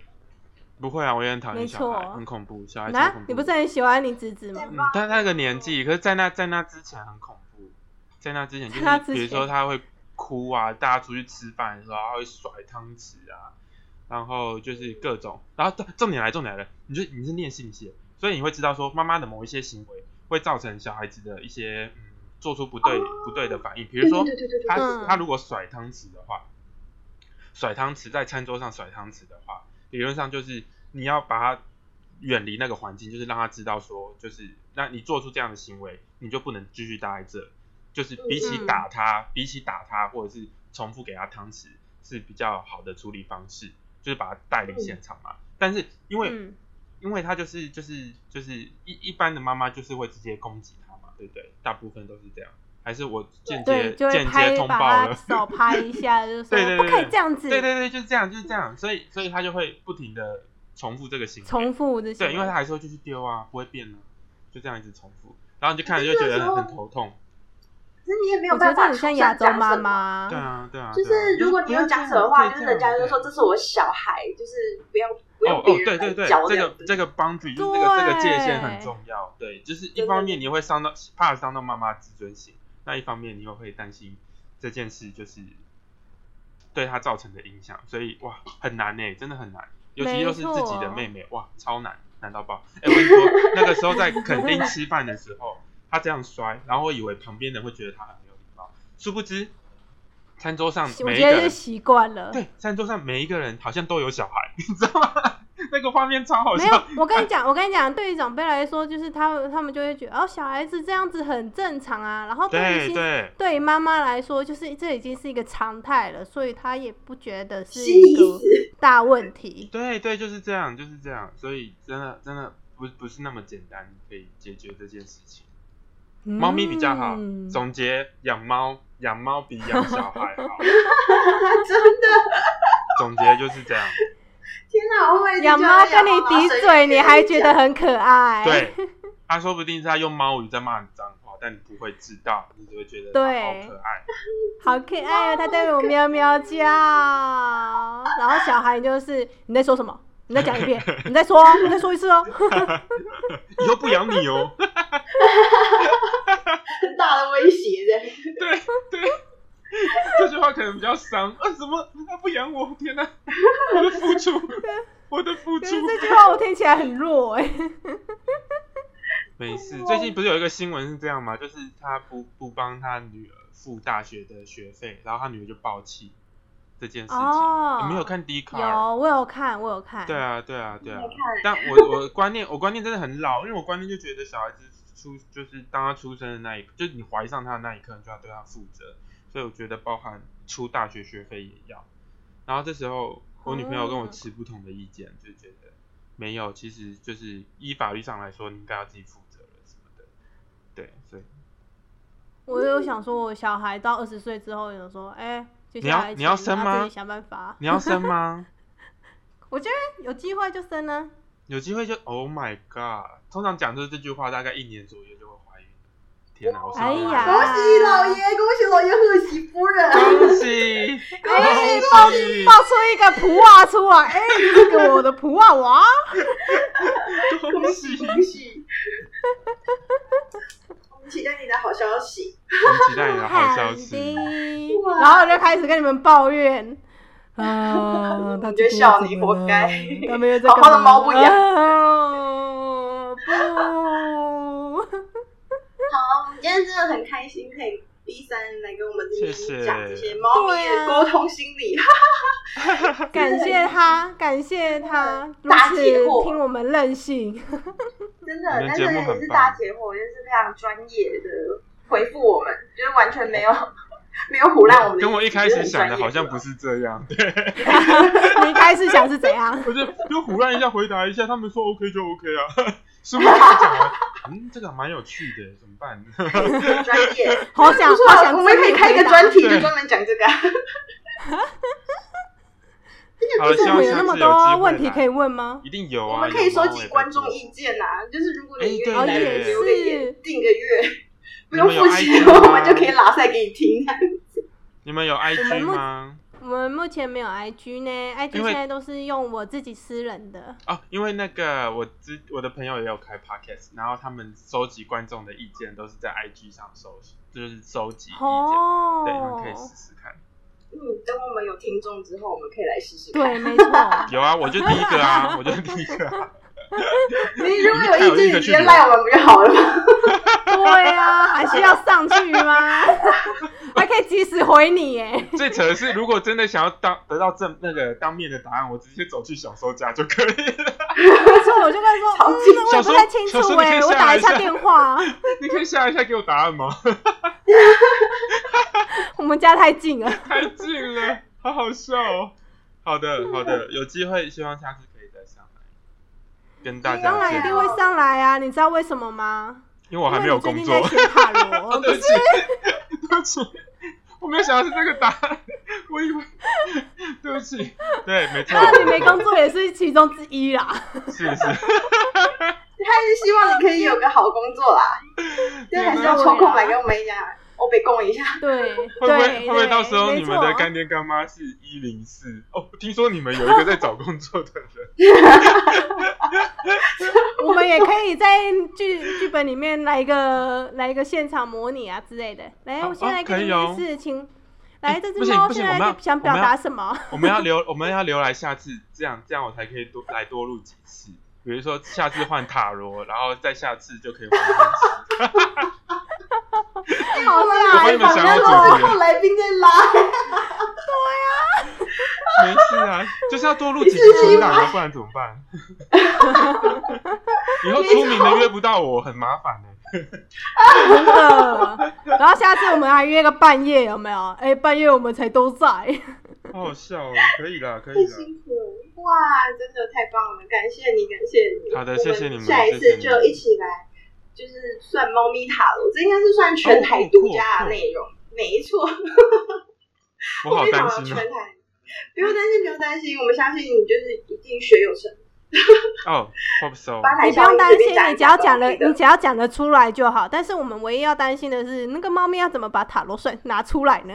Speaker 3: 不会啊，我也很讨厌小
Speaker 1: 没
Speaker 3: 孩，
Speaker 1: 错
Speaker 3: 很恐怖，小孩超恐
Speaker 1: 啊
Speaker 3: 怖。，
Speaker 1: 你不是很喜欢你侄子吗？
Speaker 3: 嗯，但他那个年纪，可是在那在那之前很恐怖，在那之前就
Speaker 1: 在那
Speaker 3: 是
Speaker 1: 之前
Speaker 3: 比如说他会哭啊，大家出去吃饭的时候他会甩汤匙啊，然后就是各种，然后重重点来重点来了，你就你是念性学，所以你会知道说妈妈的某一些行为会造成小孩子的一些嗯做出不对、
Speaker 2: 哦
Speaker 3: 不对的反应，比
Speaker 2: 对
Speaker 3: 如说
Speaker 2: 对对对对，
Speaker 3: 他、
Speaker 1: 嗯
Speaker 3: 他如果甩汤匙的话，甩汤匙在餐桌上甩汤匙的话，理论上就是你要把它远离那个环境，就是让他知道说，就是那你做出这样的行为，你就不能继续待在这。就是比起
Speaker 1: 嗯
Speaker 3: 打他，比起打他，或者是重复给他汤匙，是比较好的处理方式，就是把他带离现场嘛。但是因为、
Speaker 1: 嗯
Speaker 3: 因为他就是就是就是一一般的妈妈就是会直接攻击他嘛，对不对？大部分都是这样，还是我间接
Speaker 1: 对，就会
Speaker 3: 间接
Speaker 1: 拍
Speaker 3: 通报
Speaker 1: 把 他
Speaker 3: 了？
Speaker 1: 手拍一下，就是说
Speaker 3: 对对对
Speaker 1: 不可以这样子，
Speaker 3: 对对对，就是这样，就是这样，所以所以他就会不停的重复这个行为，
Speaker 1: 重复这些。
Speaker 3: 对，因为他还是会继续丢啊，不会变啊，就这样一直重复，然后你就看着就觉得很很头痛，
Speaker 2: 可是你也没有
Speaker 1: 我觉得
Speaker 2: 办
Speaker 1: 这
Speaker 2: 法
Speaker 1: 很像亚洲妈
Speaker 2: 妈。
Speaker 1: 妈
Speaker 3: 对。啊对啊，
Speaker 2: 就
Speaker 3: 对啊
Speaker 2: 是如果你有讲什么话，就是人家就说。这
Speaker 3: 不要这样可以这样
Speaker 2: 是我小孩，就是不要不
Speaker 3: 哦
Speaker 2: 要
Speaker 3: 哦，
Speaker 2: 别
Speaker 3: 对对
Speaker 2: 人
Speaker 3: 对，
Speaker 2: 来教
Speaker 3: 这
Speaker 2: 样
Speaker 3: 个
Speaker 2: 子
Speaker 3: 这个 boundary 就是这个这个界限很
Speaker 1: 对
Speaker 3: 重要，对，就是一
Speaker 2: 真的
Speaker 3: 方面你会伤到怕伤到妈妈的自尊心，那一方面你又会担心这件事就是对她造成的影响，所以哇很难呢，真的很难，尤其
Speaker 1: 没
Speaker 3: 又是自己的
Speaker 1: 错
Speaker 3: 妹妹，哇超难，难到爆。哎，我跟你说，那个时候在垦丁吃饭的时候，她这样摔，然后我以为旁边人会觉得她很没有礼貌，殊不知餐桌上
Speaker 1: 我
Speaker 3: 每一
Speaker 1: 觉
Speaker 3: 个
Speaker 1: 得是
Speaker 3: 人
Speaker 1: 习惯了。
Speaker 3: 对，餐桌上每一个人好像都有小孩， 你知道吗？那个画面超好
Speaker 1: 没有
Speaker 3: 笑。，
Speaker 1: 我跟你讲，我跟你讲，对于长辈来说，就是他们他们就会觉得，哦，小孩子这样子很正常啊。然后对于
Speaker 3: 对
Speaker 1: 新
Speaker 3: 对
Speaker 1: 对于妈妈来说，就是这已经是一个常态了，所以她也不觉得是
Speaker 2: 是意
Speaker 1: 一个
Speaker 2: 思。
Speaker 1: 大问题。
Speaker 3: 对对，就是这样，就是这样。所以真的真的不不是那么简单可以解决这件事情。猫咪比较好。
Speaker 1: 嗯
Speaker 3: 总结：养猫养猫比养小孩 好。
Speaker 2: 真的，
Speaker 3: 总结就是这样。
Speaker 2: 天哪！我会
Speaker 1: 养猫跟你抵嘴，你还觉得很可爱。
Speaker 3: 对，他说不定是他用猫语在骂你脏话，但你不会知道，你只会觉得它
Speaker 1: 对
Speaker 3: 好可爱。
Speaker 1: 好可爱哦，它对我喵喵 叫。然后小孩就是你在说什么？你再讲一 遍，你再说哦，你再说一次 哦。
Speaker 3: 以后不养你哦。
Speaker 2: 很大的威胁的。
Speaker 3: 对对， 这句话可能比较伤啊！什么他不养我？天哪、我的付出，我的付
Speaker 1: 可
Speaker 3: 出
Speaker 1: 是。这句话我听起来很弱哎、
Speaker 3: 没事，最近不是有一个新闻是这样吗？就是他不不帮他女儿付大学的学费，然后他女儿就爆气，这件事情。
Speaker 1: 哦
Speaker 3: 你没有看 D 卡？
Speaker 1: 有，我有看，我有看。
Speaker 3: 对啊，对啊，对啊
Speaker 2: 没看。
Speaker 3: 但我我观念，我观念真的很老，因为我观念就觉得小孩子出就是当他出生的那一刻，就是你怀上他的那一刻，你就要对他负责。所以我觉得包含出大学学费也要。然后这时候我女朋友跟我
Speaker 1: 哦
Speaker 3: 持不同的意见，就觉得没有，其实就是依法律上来说，你应该要自己负责了什么的。对，所以
Speaker 1: 我有想说，我小孩到二十岁之后，有说，哎、接
Speaker 3: 你要
Speaker 1: 下来
Speaker 3: 你要
Speaker 1: 请
Speaker 3: 生
Speaker 1: 他
Speaker 3: 吗
Speaker 1: 自己想办法。
Speaker 3: 你要生吗？
Speaker 1: 我觉得有机会就生啊呢、
Speaker 3: 有机会就 Oh my God！通常讲就是这句话，大概一年左右就会怀孕。天哪，我是
Speaker 1: 哎
Speaker 3: 妈妈
Speaker 1: 呀
Speaker 2: 恭喜老爷，恭喜老爷贺喜夫人。
Speaker 3: 恭喜！
Speaker 1: 哎、
Speaker 3: 恭
Speaker 1: 爆
Speaker 3: 喜！
Speaker 1: 爆出一个普袜出来，哎、这个我的普袜娃。
Speaker 3: 恭
Speaker 2: 恭喜
Speaker 3: 喜！
Speaker 2: 恭喜！ 我们期待你的好消息。
Speaker 3: 我们期待你的好消息。
Speaker 2: 哇
Speaker 1: 然后我就开始跟你们抱怨。 啊，他
Speaker 2: 我觉得笑你活该
Speaker 1: 他们又在
Speaker 2: 好好的
Speaker 1: 干嘛
Speaker 2: 猫不养
Speaker 1: 啊不，
Speaker 2: 好，我们今天真的很开心，可以 B 三来跟我们这
Speaker 3: 谢谢
Speaker 2: 边讲这些猫咪的沟通心理。
Speaker 1: 感谢他，感谢他如
Speaker 2: 大
Speaker 1: 此
Speaker 2: 解惑
Speaker 1: 听我们任性。
Speaker 2: 真的，
Speaker 3: 我们
Speaker 2: 但
Speaker 3: 节
Speaker 2: 是
Speaker 3: 目
Speaker 2: 也
Speaker 3: 很
Speaker 2: 是
Speaker 3: 棒
Speaker 2: 大解惑，也是非常专业的回复我们，就是完全没有 没有胡乱我们的意思。
Speaker 3: 跟我一开始想
Speaker 2: 就是很专业
Speaker 3: 的好像不是这样，
Speaker 1: 你一开始想是怎样？
Speaker 3: 我就就胡乱一下回答一下，他们说 OK 就 OK 啊，是不是？讲完，嗯，这个蛮有趣的，怎么办？
Speaker 2: 很 专业。
Speaker 1: 好想，
Speaker 2: 不错啊
Speaker 1: 好想，
Speaker 2: 我们可以开一个专题，就专门讲这个啊。
Speaker 3: 好了，
Speaker 1: 就是
Speaker 3: 希
Speaker 1: 我
Speaker 3: 望
Speaker 1: 们有
Speaker 3: 下
Speaker 1: 那么
Speaker 3: 次有机
Speaker 1: 多
Speaker 3: 会
Speaker 1: 问题可以
Speaker 3: 以，
Speaker 1: 问吗？
Speaker 3: 一定有
Speaker 2: 我
Speaker 3: 啊，
Speaker 2: 们可以
Speaker 3: 有猫
Speaker 2: 收
Speaker 3: 也
Speaker 2: 集
Speaker 3: 以
Speaker 2: 观众
Speaker 3: 做
Speaker 2: 意见呐、啊，就是如果你
Speaker 3: 哎
Speaker 2: 愿
Speaker 3: 对
Speaker 2: 意
Speaker 1: 耶
Speaker 2: 留个言、订个月，不
Speaker 3: 你们
Speaker 2: 用
Speaker 3: 有
Speaker 2: 付钱，
Speaker 3: IG 吗
Speaker 2: 我们就可以拉塞给你听。
Speaker 3: 你们有
Speaker 1: 们
Speaker 3: IG
Speaker 1: 目
Speaker 3: 吗？
Speaker 1: 我们目前没有 IG 呢，IG
Speaker 3: 因为
Speaker 1: 现在都是用我自己私人的。
Speaker 3: 哦，因为那个我之我的朋友也有开 podcast，然后他们收集观众的意见都是在 IG 上收，就是收集意见，
Speaker 1: 哦，
Speaker 3: 对，你们可以 试试看。
Speaker 2: 嗯，等我们有听众之后，我们可以来试试看。
Speaker 1: 对，没错。
Speaker 3: 有啊，我就第一个啊，我就第一个、啊。
Speaker 2: 你如果有
Speaker 3: 你看
Speaker 2: 意
Speaker 3: 我一
Speaker 2: 见，
Speaker 3: 个
Speaker 2: 你直接
Speaker 3: 去
Speaker 2: 赖我们不就好 了吗？
Speaker 1: 对啊，还需要上去 吗？还可以及时回你耶。
Speaker 3: 最扯的是，如果真的想要当得到正那个当面的答案，我直接走去小收家就可以了。
Speaker 1: 没错，我就跟他说，
Speaker 2: 超
Speaker 1: 嗯
Speaker 2: 级，
Speaker 1: 那我也不太清
Speaker 3: 小时
Speaker 1: 楚
Speaker 3: 候你可以
Speaker 1: 哎，
Speaker 3: 下
Speaker 1: 我
Speaker 3: 来
Speaker 1: 打一
Speaker 3: 一下
Speaker 1: 下电话。
Speaker 3: 你可以下一下给我答案吗？
Speaker 1: 我们家太近了，
Speaker 3: 太近了，好好笑哦。好的，好的，有机会希望下次可以再上来跟大家
Speaker 1: 当然一
Speaker 3: 见
Speaker 1: 定
Speaker 3: 面，
Speaker 1: 会上来啊！你知道为什么吗？
Speaker 3: 因为我还没有
Speaker 1: 因为
Speaker 3: 工
Speaker 1: 你
Speaker 3: 作
Speaker 1: 最。近在学塔罗，哦不
Speaker 3: 对不
Speaker 1: 是
Speaker 3: 起， 对不起， 我没有想到是这个答案，我以为， 对不起，对，没错，
Speaker 1: 你没工作也是其中之一啦。
Speaker 3: 是是，
Speaker 2: 还是希望你可以有个好工作啦。对，还是要抽
Speaker 3: 啊
Speaker 2: 空来跟我们一下，我被 供一下。
Speaker 1: 对，
Speaker 3: 会不会
Speaker 1: 对
Speaker 3: 会不会到时候
Speaker 1: 对
Speaker 3: 你们的
Speaker 1: 没错
Speaker 3: 干爹干妈是一零四？哦，听说你们有一个在找工作的 人，
Speaker 1: 我们也可以在剧剧本里面来一个来一个现场模拟啊之类的。来，
Speaker 3: 哦
Speaker 1: 我现在
Speaker 3: 哦可
Speaker 1: 给
Speaker 3: 以
Speaker 1: 你
Speaker 3: 哦
Speaker 1: 一次，请来这
Speaker 3: 不
Speaker 1: 只
Speaker 3: 行
Speaker 1: 猫
Speaker 3: 不行
Speaker 1: 现
Speaker 3: 我们
Speaker 1: 在
Speaker 3: 要
Speaker 1: 想表
Speaker 3: 我们要
Speaker 1: 达什么？
Speaker 3: 我们要留我们要留来下次，这样这样我才可以多来多录几次。比如说下次换塔罗，然后再下次就可以换天使。
Speaker 1: 好
Speaker 3: 我帮
Speaker 1: 啦
Speaker 3: 你们啊想好主
Speaker 2: 然
Speaker 3: 题
Speaker 2: 后
Speaker 3: 了，
Speaker 2: 来宾再拉，
Speaker 3: 没事啊，就是要多录几集存档啊，不然怎么办？以后出名的约不到我，很麻烦的、欸
Speaker 1: 真的。然后下次我们还约个半夜，有没有？哎、半夜我们才都在。
Speaker 3: 好好笑哦，可以啦，可以
Speaker 2: 太
Speaker 3: 啦。
Speaker 2: 辛苦了。哇，真的太棒了，感谢你，感谢你。
Speaker 3: 好的
Speaker 2: 我
Speaker 3: 谢谢你们
Speaker 2: 下一
Speaker 3: 谢谢
Speaker 2: 次
Speaker 3: 你
Speaker 2: 就一起来，就是算猫咪塔罗，这应该是算全台独家的内容，没错。
Speaker 3: 哦我好担
Speaker 2: 非
Speaker 3: 心
Speaker 2: 常
Speaker 3: 哦。
Speaker 2: 全台，不用担心，不用担心，我们相信你，就是一定学有成。
Speaker 3: 哦，hope so。
Speaker 2: 巴
Speaker 1: 你
Speaker 2: 台
Speaker 1: 不
Speaker 2: 效
Speaker 1: 用
Speaker 2: 应
Speaker 1: 担
Speaker 2: 随
Speaker 1: 心
Speaker 2: 便讲，一
Speaker 1: 你只要讲
Speaker 2: 都
Speaker 1: 了，
Speaker 2: 可以的
Speaker 1: 你只要讲得出来就好。但是我们唯一要担心的是，那个猫咪要怎么把塔罗算拿出来 呢？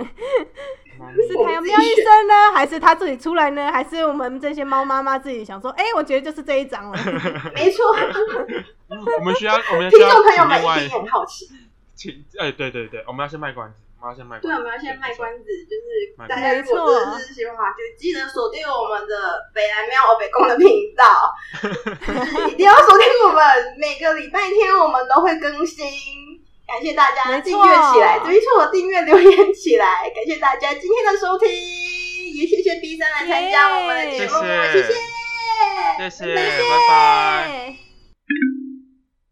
Speaker 1: 是它要喵一声呢，还是它自己出来呢？还是我们这些猫妈妈自己想说，哎、我觉得就是这一张了。
Speaker 2: 没错，
Speaker 3: 我们需要，我们需
Speaker 2: 听
Speaker 3: 要
Speaker 2: 众朋友
Speaker 3: 请
Speaker 2: 们
Speaker 3: 另
Speaker 2: 一定
Speaker 3: 外，
Speaker 2: 很好奇。
Speaker 3: 请哎，对对对，我们要先卖关子，我们要先卖关子。
Speaker 2: 对，啊我们要先卖关子，就是
Speaker 3: 卖
Speaker 2: 大
Speaker 3: 关
Speaker 2: 家
Speaker 1: 子
Speaker 2: 如果真的是喜欢的话，就记得锁定我们的北南喵欧北宫的频道，就是一定要锁定我们。每个礼拜天我们都会更新，感谢大家
Speaker 1: 没错
Speaker 2: 订阅起来，没错，订阅留言起来，感谢大家今天的收听，也谢谢 B 三来参加我们的节目，
Speaker 3: 耶
Speaker 2: 谢谢，
Speaker 3: 谢谢，拜拜。
Speaker 1: 拜